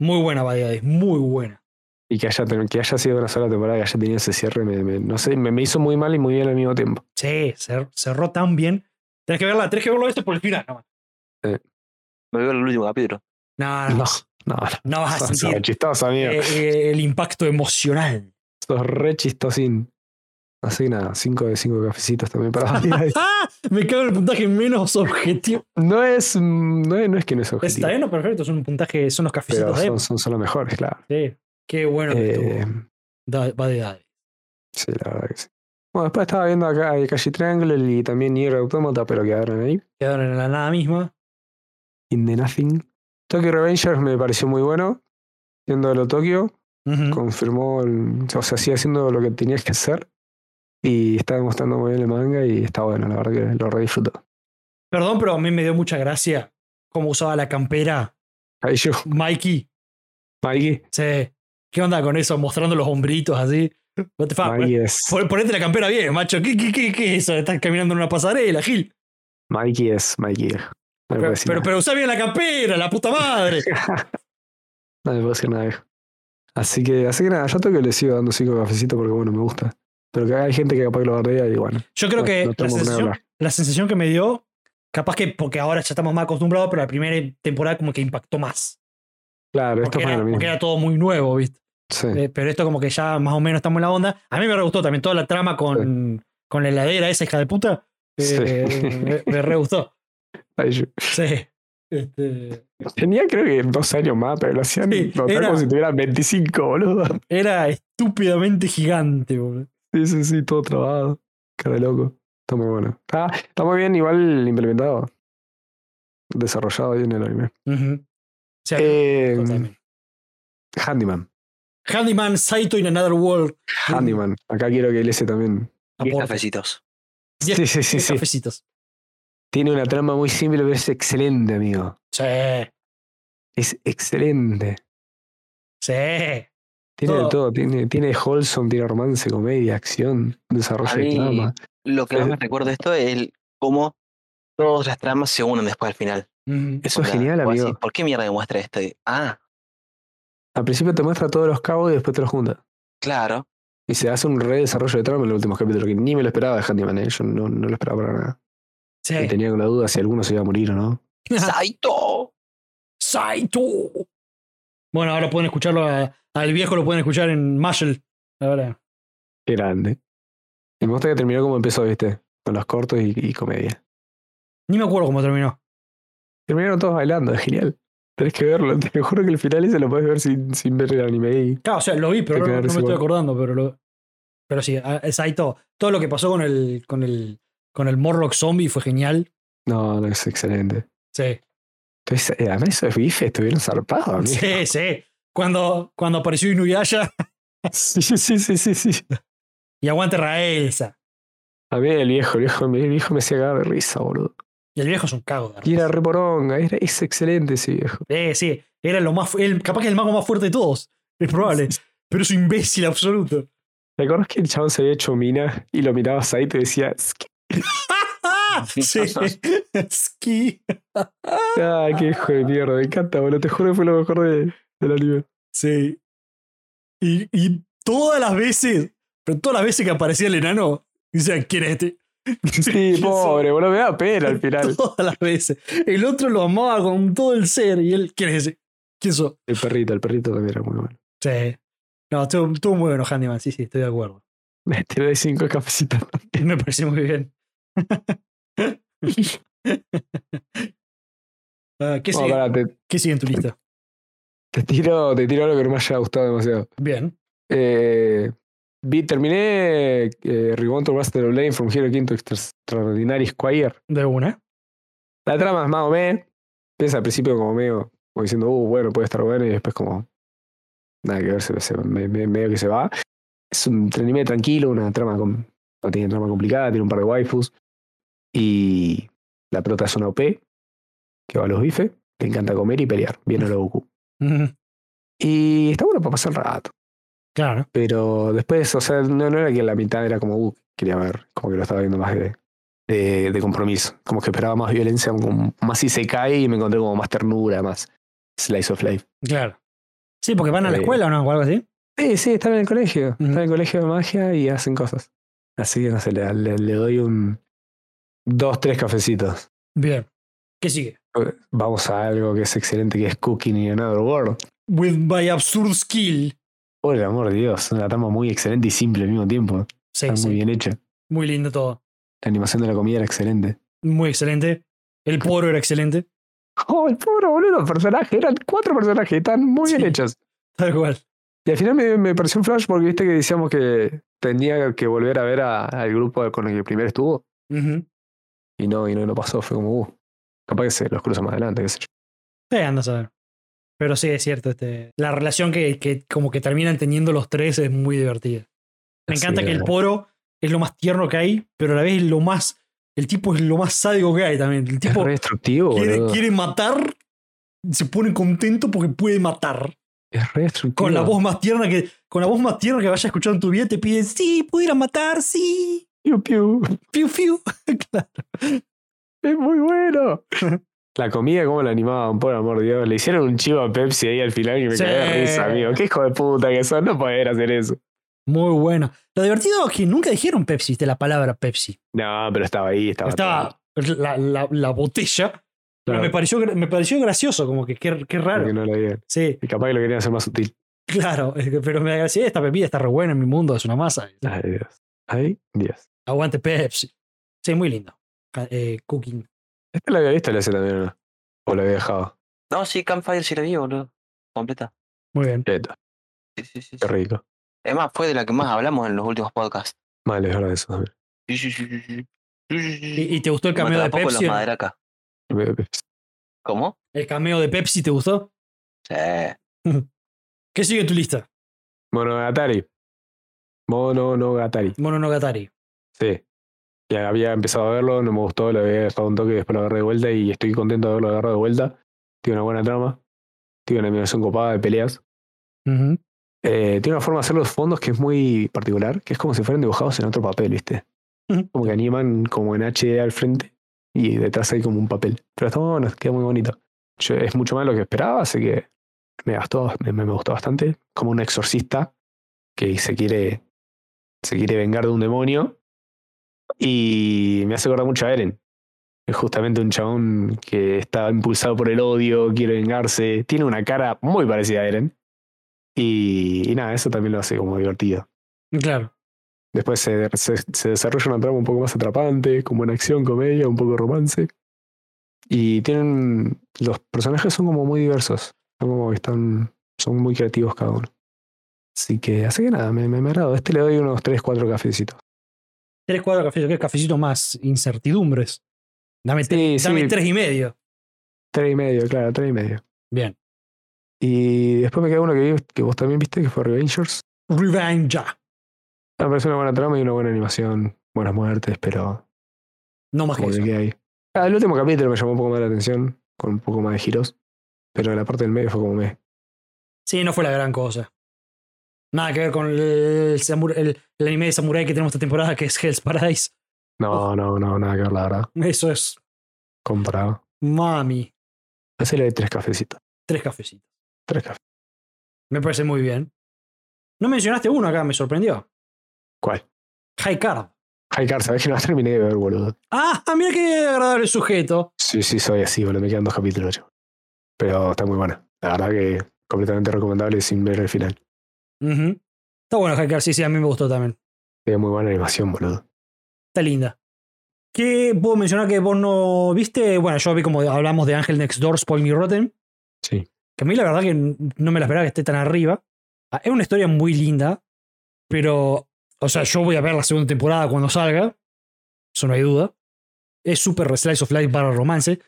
Muy buena, Badiades, muy buena. Y que haya, que haya sido una sola temporada, que haya tenido ese cierre, me, me- no sé, me, me hizo muy mal y muy bien al mismo tiempo. Sí, cer- cerró tan bien. Tenés que verla, tenés que verlo esto por el final. No, Me veo el último capítulo. no, No, no, no, no. no vas Ah. a Sos, sentir chistoso, amigo. eh, eh, el impacto emocional. Sos re chistosín. Así que nada, 5 de 5 cafecitos también para variar. ¡Ah! Me cago en el puntaje menos objetivo. no, es, mm, no, es, no es que no es objetivo. Pues Está bien, no, perfecto, son un puntaje, son los pero cafecitos de son, son, son los mejores, claro. Sí, qué bueno que Eh, estuvo. Da- Badiades. sí, la verdad que sí. Bueno, después estaba viendo acá el Calle Triangle y también Nier Automata, pero quedaron ahí. Quedaron en la nada misma. In the Nothing. Tokyo Revengers me pareció muy bueno. Yendo a lo Tokio, Ujú. confirmó, el- o sea, sigue haciendo lo que tenías que hacer. Y está demostrando muy bien el manga y está bueno, la verdad que lo re disfruto. Perdón, pero a mí me dio mucha gracia cómo usaba la campera Ahí yo, Mikey. Mikey, Sí. ¿Qué onda con eso? Mostrando los hombritos así. What the fuck, Mikey es. pon- Ponete la campera bien, macho. ¿Qué, qué, qué, qué es eso? Estás caminando en una pasarela, Gil. Mikey es Mikey. No me puedo Pero, decir pero, nada. pero usá bien la campera, la puta madre. No me puedo decir nada, viejo. Así que, así que nada, yo tengo que le sigo dando cinco cafecitos porque bueno, me gusta. Pero que hay gente que capaz que lo bardea y bueno. Yo creo no- que no la, tengo por qué sensación, hablar. la sensación que me dio, capaz que porque ahora ya estamos más acostumbrados, pero la primera temporada como que impactó más. Claro, esto Porque es más de era, lo mismo. porque era todo muy nuevo, ¿viste? Sí. Eh, pero esto como que ya más o menos estamos en la onda. A mí me re gustó también toda la trama con, con la heladera esa hija de puta. Eh, Sí. me, me re gustó. Ahí yo- Sí. Este, Tenía creo que dos años más, pero lo hacían Sí, notar era- como si tuvieran 25, boludo. era estúpidamente gigante, boludo. Sí, sí, sí, todo trabado. Cara de loco. Está muy bueno. Está, está muy bien, igual implementado. Desarrollado bien el anime. Ujú. O sea, Eh, totalmente. Handyman. Handyman, Saito in Another World. Handyman. Acá quiero que el ese también. Diez Aporta. cafecitos. Diez- Sí, sí, sí, diez sí. cafecitos. Tiene una trama muy simple, pero es excelente, amigo. Sí, Es excelente. sí. Tiene de Todo. todo. Tiene, tiene wholesome, tiene romance, comedia, acción, desarrollo A de mí- trama. Lo que más Sí. me recuerdo de esto es el- cómo todas las tramas se unen después al final. Ujú. Eso O es sea, genial, vos decís, amigo. ¿Por qué mierda me muestra esto? Y, Ah, Al principio te muestra todos los cabos y después te los junta. claro. Y se hace un re desarrollo de trama en los últimos capítulos, que ni me lo esperaba de Handyman, ¿eh? yo no, no lo esperaba para nada. Sí. Y tenía la duda si alguno se iba a morir o no. ¡Saito! Saito. Bueno, ahora pueden escucharlo a- al viejo, lo pueden escuchar en Marshall. Ahora. Qué grande. Y me gusta que terminó como empezó, ¿viste? Con los cortos y, y comedia. Ni me acuerdo cómo terminó. Terminaron todos bailando, es genial. Tenés que verlo, te juro que el final ese lo podés ver sin, sin ver el anime. y- Claro, o sea, lo vi, pero Hay no, que no me verse estoy igual. acordando, pero lo. Pero sí, a- es ahí todo. Todo lo que pasó con el. con el. con el Morlock zombie fue genial. No, no, es excelente. Sí. Entonces, eh, además esos bifes estuvieron zarpados, amigo. Sí, sí. Cuando, cuando apareció Inuyasha Sí, sí, sí, sí, sí. y aguante Raelsa. A mí el viejo, el viejo, el viejo me hacía cagar de risa, boludo. Y el viejo es un cago de Y era risa. re poronga, era, es excelente ese viejo. Eh, sí. Era lo más. fu- el- capaz que es el mago más fuerte de todos. Es probable. Pero es un imbécil absoluto. ¿Te acuerdas que el chabón se había hecho mina y lo mirabas ahí y te decía, "Es que ¡Ah! Sí. Ski. Ay, qué hijo de mierda, me encanta, boludo. Te juro que fue lo mejor de, del anime. Sí. Y, y todas las veces, pero todas las veces que aparecía el enano, decían, ¿quién es este? Sí, pobre, boludo, me da pena al final. Todas las veces. El otro lo amaba con todo el ser y él, ¿quién es ese? ¿Quién sos? El perrito, el perrito también era muy bueno. Sí. No, estuvo, estuvo muy bueno Handyman, sí, sí, estoy de acuerdo. Este de cinco cafecitas. Me pareció muy bien. Ah, ¿qué, No, sigue, pará, te, ¿Qué sigue en tu lista? te tiro, te tiro algo que no me haya gustado demasiado. Bien. Eh, vi, terminé eh, Reborn to Master of Lane from Hero King to Extraordinary Squire. De una. La trama es más o menos. Piensa al principio como medio, como diciendo, uh, bueno, puede estar bueno, y después como. Nada que ver, se, se- me- me- medio que se va. Es un anime tranquilo, una trama con- no tiene trama complicada, tiene un par de waifus. Y la prota es una OP, que va a los bifes, le encanta comer y pelear, bien a lo Goku. Ujú. Y está bueno para pasar el rato. Claro. Pero después, o sea, no, no era que la mitad era como, uh, quería ver, como que lo estaba viendo más de, de, de compromiso. Como que esperaba más violencia, como más si se cae y me encontré como más ternura, más slice of life. Claro. Sí, porque van a la Eh, escuela o no, o algo así. Sí, sí, están en el colegio. Ujú. Están en el colegio de magia y hacen cosas. Así que no sé, le, le- le doy un. Dos, tres cafecitos. Eh, Bien. ¿Qué sigue? Vamos a algo que es excelente, que es Cooking in Another World. With my absurd skill. Por el amor de Dios, una trama muy excelente y simple al mismo tiempo. Sí, Está sí. muy bien hecha. Muy lindo todo. La animación de la comida era excelente. Muy excelente. El poro era excelente. Oh, el pobre boludo, los personajes, eran cuatro personajes, están muy Sí. bien hechos. Tal cual. Y al final me, me pareció un flash porque viste que decíamos que tenía que volver a ver a- al grupo con el que primero estuvo Ujú. y no, y no, no pasó, fue como, uh, capaz que se los cruza más adelante, qué sé yo. Sí, anda a saber. Pero sí, es cierto. Este, la relación que, que como que terminan teniendo los tres es muy divertida. Me Así encanta que el era. poro es lo más tierno que hay, pero a la vez es lo más... El tipo es lo más sádico que hay también. El Es tipo re destructivo, quiere, boludo. quiere matar, se pone contento porque puede matar. Es re destructivo. Con la voz más tierna que con la voz más tierna que vayas escuchando en tu vida te piden, "Sí, pudiera matar, sí." Piu, piu. Fiu fiu. Claro. Es muy bueno. La comida, cómo la animaban, por amor de Dios. Le hicieron un chivo a Pepsi ahí al final y me Sí. cagué de risa, amigo. Qué hijo de puta que son, no poder hacer eso. Muy bueno. Lo divertido es que nunca dijeron Pepsi, de la palabra Pepsi. No, pero estaba ahí, estaba. todo. estaba la, la- la botella. Pero Claro, me pareció, gra- me pareció gracioso, como que qué, qué raro. porque no lo habían. Sí, Y capaz que lo querían hacer más sutil. claro. es que- Pero me agradecía, esta bebida está re buena en mi mundo, es una masa. Ay, Dios. Ay, Dios. Aguante Pepsi. Sí, muy lindo. Ca- eh, cooking. Esta la Este había visto la escena también, ¿o no? O la había dejado. No, sí, Campfire sí la vi, boludo. Completa. Muy bien. Esto, Sí, sí, sí, qué sí. rico. Es más, fue de la que más hablamos en los últimos podcasts. Mal, es verdad eso también. Sí, sí, sí, sí, sí. Sí, sí, sí, sí. ¿Y, y te gustó el cameo Mataba de poco los Pepsi? o no? maderacas. Me- me- me- ¿Cómo? ¿El cameo de Pepsi te gustó? Sí. ¿Qué sigue en tu lista? Monogatari. Mononogatari. Mononogatari. Sí. Ya había empezado a verlo, no me gustó, lo había dejado un toque, después lo agarré de vuelta y estoy contento de haberlo agarrado de vuelta. Tiene una buena trama. Tiene una animación copada de peleas. Ujú. Eh, tiene una forma de hacer los fondos que es muy particular, que es como si fueran dibujados en otro papel, ¿viste? Ujú. Como que animan como en HD al frente y detrás hay como un papel. Pero está muy bueno, queda muy bonito. Yo- es mucho más de lo que esperaba, así que me gastó, me, me gustó bastante. Como un exorcista que se quiere, se quiere vengar de un demonio. Y me hace acordar mucho a Eren. Es justamente un chabón que está impulsado por el odio, quiere vengarse. Tiene una cara muy parecida a Eren. Y, y nada, eso también lo hace como divertido. Claro. Después se, se, se desarrolla una trama un poco más atrapante, como en acción, comedia, un poco romance. Y tienen. Los personajes son como muy diversos. Son como que están. Son muy creativos cada uno. Así que, así que nada, me, me, me agrado. Este le doy unos 3-4 cafecitos. Tres cuadros de cafecito, que es cafecito más incertidumbres. Dame, Sí, tre- dame sí. tres y medio. 3 y medio, claro, 3 y medio. Bien. Y después me queda uno que, vi- que vos también viste, que fue Revengers. Revenge. ya. Me parece una buena trama y una buena animación. Buenas muertes, pero. No más que Como que eso. queda ahí. Ah, el último capítulo me llamó un poco más la atención, con un poco más de giros. Pero la parte del medio fue como me. Sí, no fue la gran cosa. Nada que ver con el, samu- el- el anime de samurai que tenemos esta temporada, que es Hell's Paradise. No, no, no, nada que ver, la verdad. Eso es. Comparado. Mami. Hacele de tres cafecitos. Tres cafecitos. Tres cafés. Me parece muy bien. No mencionaste uno acá, me sorprendió. ¿Cuál? High Card. Haikar, sabes que no las terminé de ver, boludo. Ah, mira qué agradable sujeto. Sí, sí, soy así, boludo. Me quedan dos capítulos, yo. Pero está muy buena. La verdad que completamente recomendable sin ver el final. Ujú. Está bueno High Card, sí, sí, a mí me gustó también. Tiene muy buena animación, boludo. Está linda. ¿Qué puedo mencionar que vos no viste? Bueno, yo vi como hablamos de Ángel Next Door, Spoil Me Rotten. Sí. Que a mí la verdad que no me la esperaba que esté tan arriba. Ah, Es una historia muy linda, pero, o sea, yo voy a ver la segunda temporada cuando salga, eso no hay duda. Es súper slice of life para romance.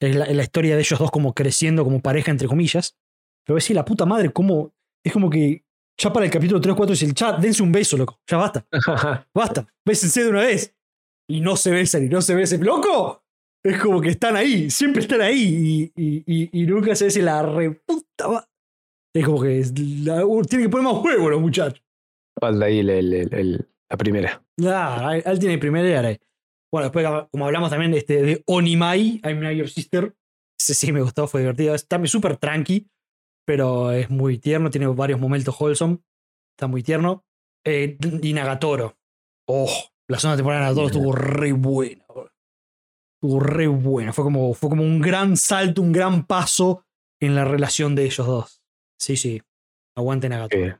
Es la, es la historia de ellos dos como creciendo como pareja, entre comillas. Pero ves, sí, la puta madre, como, es como que ya para el capítulo 3, 4 es el chat, dense un beso, loco, ya basta basta, bésense de una vez. Y no se besan y no se besan. ¡Loco! Es como que están ahí, siempre están ahí y, y- y- y nunca se dice la reputa. ma- Es como que es la- uh, tiene que poner más huevo los muchachos. Falta ahí el- el- el- el- la primera. Ah, él- él tiene primera idea. eh. Bueno, después, como hablamos también este, de Onimai, I'm Not Your Sister. Ese sí me gustó, fue divertido. Está muy- súper tranqui, pero es muy tierno. Tiene varios momentos wholesome. Está muy tierno. Eh, y Nagatoro. Oh, la segunda temporada de Nagatoro estuvo re buena. boludo. Estuvo re buena. Fue como, fue como un gran salto, un gran paso en la relación de ellos dos. Sí, sí. Aguante Nagatoro. Eh,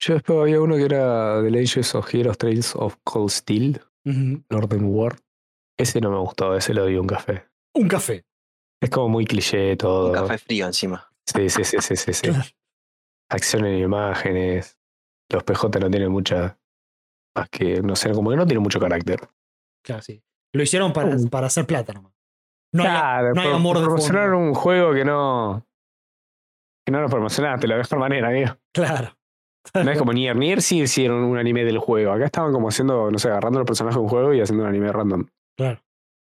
yo después había uno que era The Legends of Heroes Trails of Cold Steel, Ujú. Northern War. Ese no me gustó, ese lo dio un café. Un café. Es como muy cliché todo. Un café frío encima. Sí, sí, sí, sí, sí. sí. Claro. Acción en imágenes. Los PJ no tienen mucha. Más que, no sé, como que no tiene mucho carácter. Claro, sí. Lo hicieron para, Uh. para hacer plata nomás. No, hay- Claro, no hay pro- amor de promocionaron fondo. un juego que no. Que no lo promocionaste, la mejor manera, amigo. Claro. No es como Nier. Nier sí hicieron un anime del juego. Acá estaban como haciendo, no sé, agarrando los personajes de un juego y haciendo un anime random. Claro.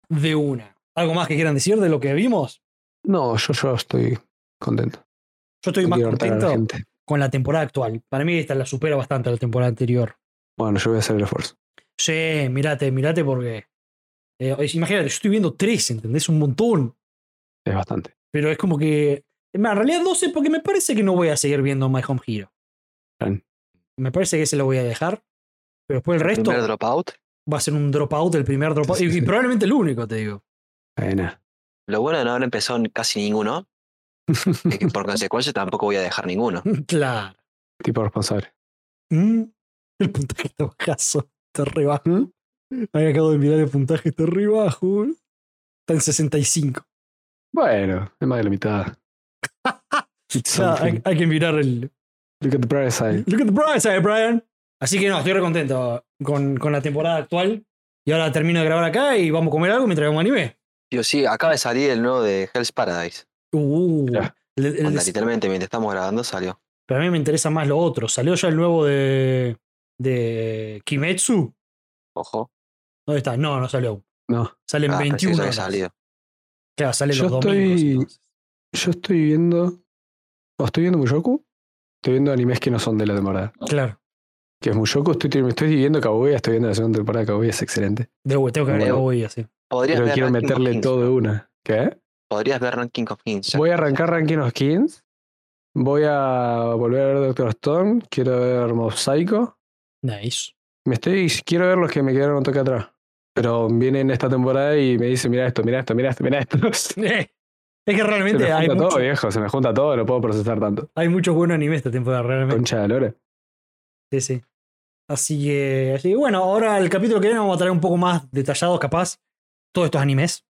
De una. ¿Algo más que quieran decir de lo que vimos? No, yo, yo estoy contento. Yo estoy No más quiero hartar a la contento gente. con la temporada actual. Para mí esta la supera bastante a la temporada anterior. Bueno, yo voy a hacer el esfuerzo. Sí, mirate, mirate porque... eh, es- imagínate, yo estoy viendo tres, ¿entendés? Un montón. Es bastante. Pero es como que... es más, En realidad 12 porque me parece que no voy a seguir viendo My Home Hero. Bien. Me parece que ese lo voy a dejar. Pero después el resto Primer dropout. va a ser un dropout, el primer dropout. Sí, sí, y- y sí. probablemente el único, te digo. Eh, nada. Lo bueno de no haber empezado en casi ninguno es que por consecuencia tampoco voy a dejar ninguno. Claro. tipo responsable. Mm, El puntaje está bajazo. Está re bajo. ¿Mm? Ahí acabo de mirar el puntaje, está re bajo. boludo. Está en 65. Bueno, es más de la mitad. It's O sea, something. hay, hay que mirar el. Look at the bright side. Look at the bright side, Brian. Así que no, estoy re contento con, con la temporada actual. Y ahora termino de grabar acá y vamos a comer algo mientras vemos anime. Yo sí, acaba de salir el nuevo de Hell's Paradise. Uh, Ya. el- el- Onda, literalmente, mientras estamos grabando salió. pero a mí me interesa más lo otro. Salió ya el nuevo de. de Kimetsu. Ojo. ¿Dónde está? No, no salió aún. No. Sale en Ah, pensé que 21 ya había horas. salido. Claro, sale Yo los domingos. estoy- entonces. Yo estoy viendo. O estoy viendo Mushoku. Estoy viendo animes que no son de la temporada. Claro. Que es Mushoku, estoy, me estoy viendo Kaguya, estoy viendo la segunda temporada de Kaguya, es excelente. De vuelta, tengo que ver Bueno. la voy así. Podrías Pero ver quiero Ranking of meterle Kings. todo de una. ¿Qué? Podrías ver Ranking of Kings. ya. Voy a arrancar Ranking of Kings. Voy a volver a ver Doctor Stone. Quiero ver Mob Psycho. Nice. Me estoy, quiero ver los que me quedaron un toque atrás. Pero vienen esta temporada y me dicen, mira esto, mira esto, mira esto, mira esto. Se Eh, es que me realmente junta hay, todo, eh. mucho, viejo. Se me junta todo, no puedo procesar tanto. hay muchos buenos animes esta temporada, este realmente. Concha de Lore. Sí, sí. Así que, así que, bueno, ahora el capítulo que viene vamos a traer un poco más detallados, capaz, todos estos animes.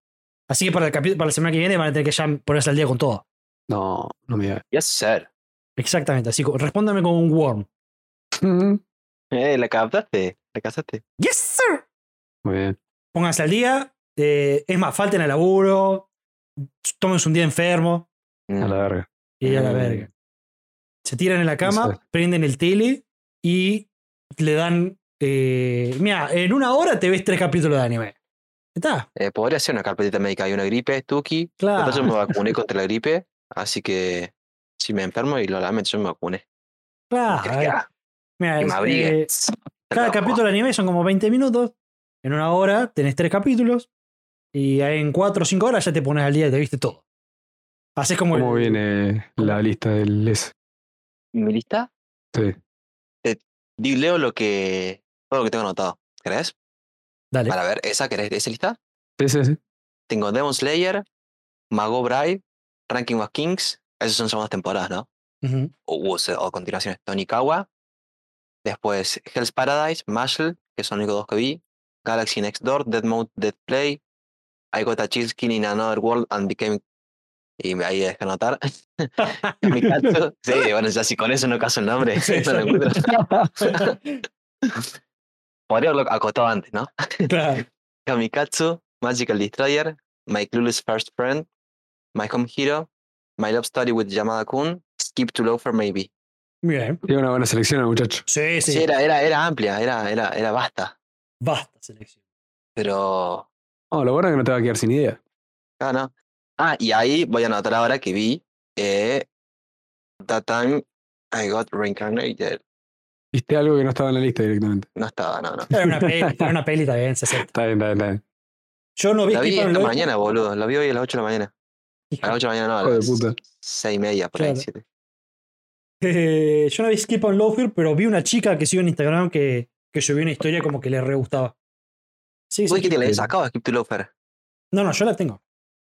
Así que para, el capi- para la semana que viene van a tener que ya ponerse al día con todo. No, no me digas. Yes, sir. Exactamente, así que respóndame con un worm. Muy Eh, la captaste. La casaste. ¡Yes, sir! bien. Pónganse al día. eh, es más, falten al laburo. Tómense un día enfermo. A la verga. Y a la Mm. verga. Se tiran en la cama, Exacto. prenden el tele y le dan. Eh, Mira, en una hora te ves tres capítulos de anime. Está, Eh, podría ser una carpetita médica. Hay una gripe, Tuki. claro. Entonces yo me Ah. vacuné contra la gripe. Así que si me enfermo y lo lamento, yo me vacuné. claro. Que- ah, Mira, que me es, abrigue. eh, cada Loco. capítulo de anime son como 20 minutos. En una hora tenés tres capítulos. Y en 4 o 5 horas ya te pones al día y te viste todo. Haces como. ¿Cómo el- viene la lista del S? ¿Mi lista? Sí. Di- Leo lo que, todo lo que tengo anotado. ¿Crees? Dale. Para ver, ¿esa querés? ¿Esa lista? Sí, sí, sí. Tengo Demon Slayer, Mago Bride, Ranking of Kings. Esas son son las temporadas, ¿no? Ujú. O, u- o sea, o continuaciones. Tonikawa. Después Hell's Paradise, Marshall, que son los únicos dos que vi. Galaxy Next Door, Dead Mode, Dead Play. I Got a Chill Killing Another World and Became. Y me- ahí dejé anotar. Mikatsu. Sí, bueno, ya si con eso no caso el nombre, Sí, no lo sí. encuentro. Podría haberlo acotado antes, ¿no? Claro. Kamikatsu, Magical Destroyer, My Clueless First Friend, My Home Hero, My Love Story with Yamada Kun, Skip to Loafer Maybe. Bien. Tiene una buena selección el muchacho. Sí, sí. Sí, era, era, era amplia, era, era, era vasta. Basta, selección. Pero. Oh, lo bueno es que no te va a quedar sin idea. Ah, no. Ah, y ahí voy a anotar ahora que vi eh, That Time I Got Reincarnated. Viste algo que no estaba en la lista directamente. No estaba, no, no. Era una peli, era una peli también, se acepta. Está bien, está bien, está bien. Yo no vi La vi Skip and esta Loafer. mañana, boludo. La vi hoy a las 8 de la mañana. A las 8 de la mañana, no, a Hijo de las puta. 6 y media, por ahí, Claro. siete. Eh, yo no vi Skip on Loafer, pero vi una chica que sigo en Instagram que, que subió una historia como que le re gustaba. Sí, sí. Uy, que te la había sí. sacado Skip to Loafer. No, no, yo la tengo.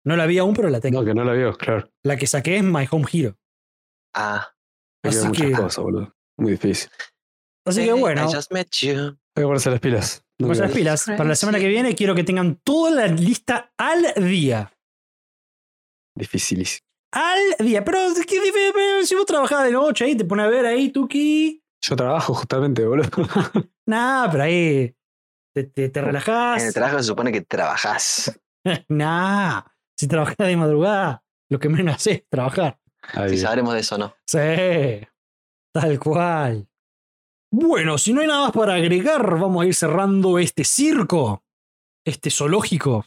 No la vi aún, pero la tengo. No, que no la vio, claro. La que saqué es My Home Hero. Ah. Me Así quedan muchas que- cosas, boludo. Muy difícil. Así que Hey, bueno, I just met you. Voy a ponerse las pilas. No con me esas voy. pilas, para la semana que Crazy. viene quiero que tengan toda la lista al día. Dificilísimo. Al día. Pero es que dif- pero si vos trabajás de noche ahí, te pones a ver ahí, Tuki. Yo trabajo justamente, boludo. Nah, pero ahí te, te, te relajás. En el trabajo se supone que trabajás. Nah, si trabajás de madrugada, lo que menos haces es trabajar. Ahí. Si sabremos de eso o no. Sí, tal cual. Bueno, si no hay nada más para agregar, vamos a ir cerrando este circo, este zoológico,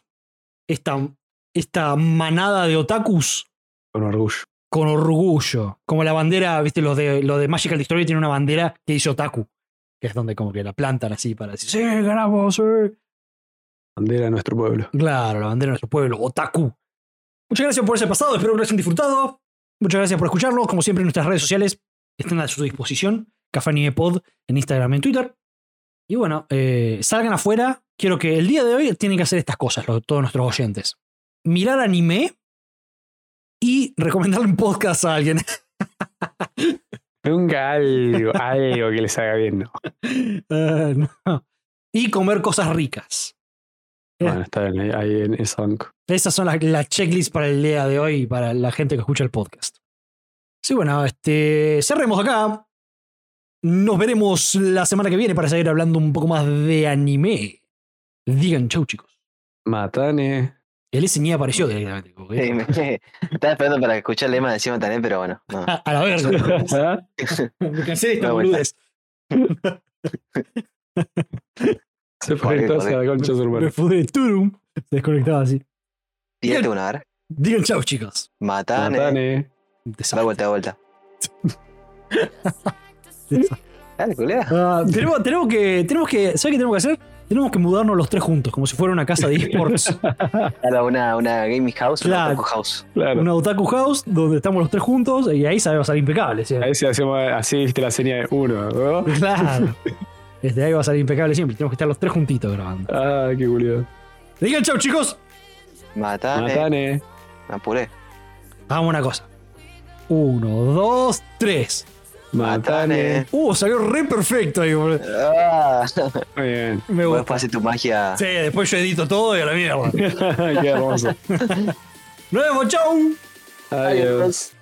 esta, esta manada de otakus Con orgullo. con orgullo. Como la bandera, viste, los de, los de Magical Destroyer tienen una bandera que dice otaku, que es donde como que la plantan así para decir, sí, ganamos, sí". Bandera de nuestro pueblo. Claro, la bandera de nuestro pueblo, Otaku. Muchas gracias por ese pasado, espero que lo hayan disfrutado. Muchas gracias por escucharlo. Como siempre, nuestras redes sociales están a su disposición. Café Anime Pod en Instagram y en Twitter. Y bueno, eh, salgan afuera. Quiero que el día de hoy tienen que hacer estas cosas, lo- todos nuestros oyentes. Mirar anime y recomendarle un podcast a alguien. Nunca algo, algo que les haga bien. ¿no? Eh, no. Y comer cosas ricas. Bueno, está bien, ahí, ahí en esa banco. Esas son las, las checklists para el día de hoy y para la gente que escucha el podcast. Sí, bueno, este, cerremos acá. Nos veremos la semana que viene para seguir hablando un poco más de anime. Digan chau, chicos. Matane. El S ni apareció directamente. como que- Sí, me- estaba esperando para escuchar el lema de encima también, pero bueno. no. A, a la verga. Me cansé de esta No, bueno. boludez. Se conectó hacia la concha de su hermano. Me fudé. Turum. Se desconectaba así. Tírate una, a ver. Digan chau, chicos. Matane. Matane. Un Da desastre. vuelta, da vuelta. Desastre. Dale, colega. Ah, tenemos, tenemos que. Tenemos que. ¿Sabes qué tenemos que hacer? Tenemos que mudarnos los tres juntos, como si fuera una casa de esports. Claro, una, una gaming house, Claro. una Poco house. Claro. una Otaku House donde estamos los tres juntos y ahí sabemos salir impecables. ¿sí? A ver si hacemos así, viste la seña de uno. ¿no? Claro. Este, ahí va a salir impecable siempre. Tenemos que estar los tres juntitos grabando. Ah, qué curioso. Digan chau, chicos. Matane. Matane. Apuré. Hagamos una cosa. Uno, dos, tres. Matane. Uh, salió re perfecto ahí, boludo. Ah, Muy bien. Me vos gusta. pase tu magia. Sí, después yo edito todo y a la mierda. qué hermoso. Nos vemos, chau. Adiós.